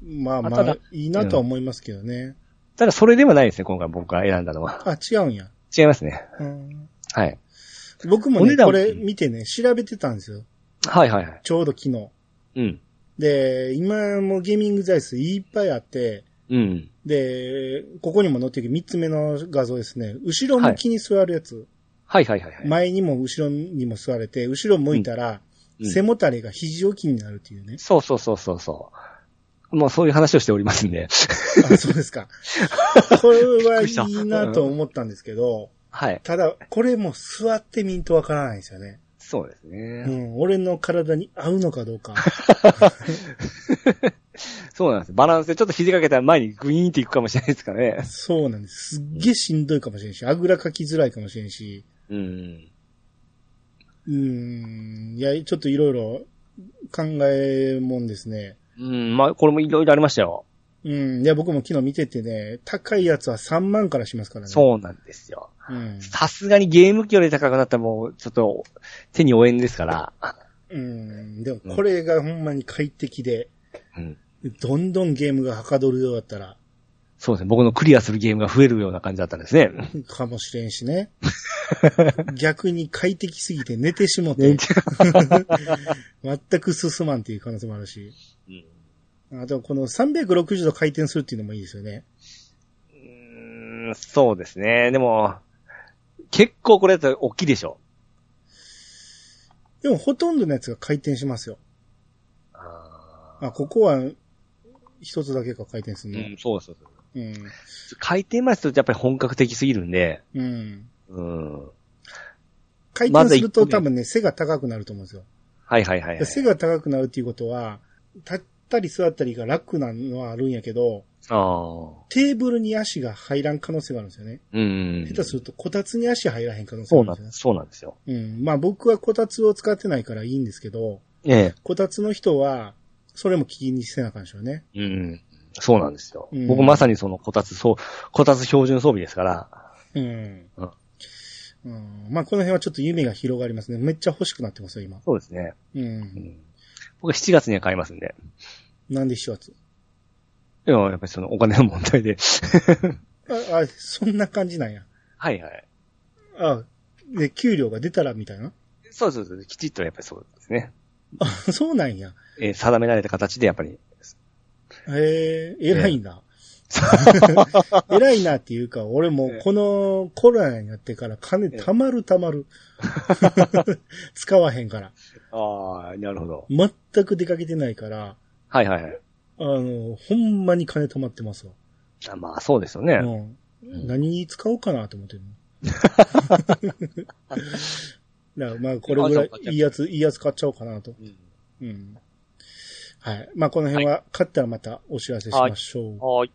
S1: うーん。まあ
S2: あ
S1: ま
S2: ただ
S1: あ、いいなとは思いますけどね。
S2: ただそれではないですね、今回僕が選んだのは。 <laughs>
S1: あ、違うんや。
S2: 違いますね。
S1: うん
S2: はい。
S1: 僕も
S2: お
S1: ね、
S2: 値段
S1: これ見てね、調べてたんですよ。
S2: はいはいはい。
S1: ちょうど昨日。
S2: うん。で
S1: で、今もゲーミング材質いっぱいあって、
S2: うん。
S1: で、ここにも載ってる3つ目の画像ですね。後ろ向きに座るやつ。
S2: はいはいはいはい。
S1: 前にも後ろにも座れて、後ろ向いたら、
S2: うん。
S1: 背もたれが肘置きになるっていうね
S2: <laughs> そうそうそうそうそう。もうそういう話をしておりますんで。 <laughs>
S1: あ、そうですか。これは
S2: び
S1: い
S2: っくりした
S1: いなと思ったんですけど、
S2: はい。
S1: ただ、これも座ってみんとわからないんですよね。
S2: そうです
S1: う
S2: ね。
S1: ん、俺の体に合うのかどう
S2: <laughs>
S1: か。
S2: そうなんです。バランスでちょっと肘掛けたら前にグイーンっていくかもしれないですからね。
S1: そうなんです。すっげえしんどいかもしれんし、あぐらかきづらいかもしれんし、
S2: うん。
S1: うーん、いや、ちょっといろいろ考えもんですね。
S2: うん、まあ、これもいろいろありましたよ。
S1: うん、いや、僕も昨日見ててね、高いやつは3万からしますからね。
S2: そうなんですよ。
S1: う。うん。
S2: さすがにゲーム機より高くなったらもう、ちょっと、手に負えんですから。
S1: うん、でもこれがほんまに快適で、
S2: うん。
S1: どんどんゲームがはかどるようだったら、
S2: そうですね。僕のクリアするゲームが増えるような感じだったんですね。
S1: かもしれんし <laughs> ね。逆に快適すぎて寝てしもて
S2: ね、
S1: <laughs> 全く進まんっていう可能性もあるし。
S2: うん
S1: あと、この360度回転するっていうのもいいですよね。
S2: うーんそうですね。でも、結構これだと大きいでしょ。
S1: でも、ほとんどのやつが回転しますよ。
S2: あ
S1: あ、ここは、一つだけか回転す
S2: ー
S1: る
S2: うん
S1: の、。
S2: そうそうそう。
S1: うん。
S2: 回転までするとやっぱり本格的すぎるんで、
S1: うん。
S2: うん。
S1: 回
S2: ま
S1: 転
S2: ず
S1: す
S2: 一個
S1: ると多分ね、背が高くなると思うんですよ。
S2: はいはいはい、はい。
S1: 背が高くなるっていうことは、立ったり座ったりが楽なのはあるんやけど、
S2: ああ。
S1: テーブルに足が入らん可能性があるんですよね。
S2: うん。
S1: 下手すると、こたつに足入らへん可能性
S2: そ
S1: があ
S2: う
S1: るんです
S2: な
S1: よ
S2: ん
S1: ね。
S2: そうなんですよ。
S1: うん。まあ僕はこたつを使ってないからいいんですけど、
S2: え
S1: こたつの人は、それも気にせなあかんでしょうね。
S2: え。うん。そうなんですよ。
S1: うん
S2: 僕まさにそのこたつ、そう、こたつ標準装備ですから。
S1: うん。
S2: うん
S1: うん、まあこの辺はちょっと夢が広がりますね。めっちゃ欲しくなってますよ、今。
S2: そうですね。
S1: う。
S2: うんん、僕7月には買いますんで。
S1: なんで7月
S2: いや、やっぱりそのお金の問 <laughs> 題で。
S1: あ、あ、そんな感じなんや。
S2: はいはい。
S1: あ、で、給料が出たらみたいな。
S2: そうそうそう。きちっとやっぱりそうですね。
S1: あ、 <laughs> そうなんや。
S2: えー定められた形でやっぱり。
S1: へえ、偉いな。偉いなっていうか、俺もうこのコロナになってから金貯まる貯まる。 <laughs> 使わへんから。
S2: ああ、なるほど。
S1: 全く出かけてないから、
S2: はいはいはい。
S1: あの、ほんまに金貯まってますわ。
S2: あまあそうですよね。
S1: うん。
S2: うん
S1: 何に使おうかなと思 <laughs> ってるの。だからまあ、これぐらいいいやつ、いいやつ買っちゃおうかなと。
S2: うん
S1: うん。はい。まあ、この辺は、買ったらまたお知らせしましょう。
S2: はい。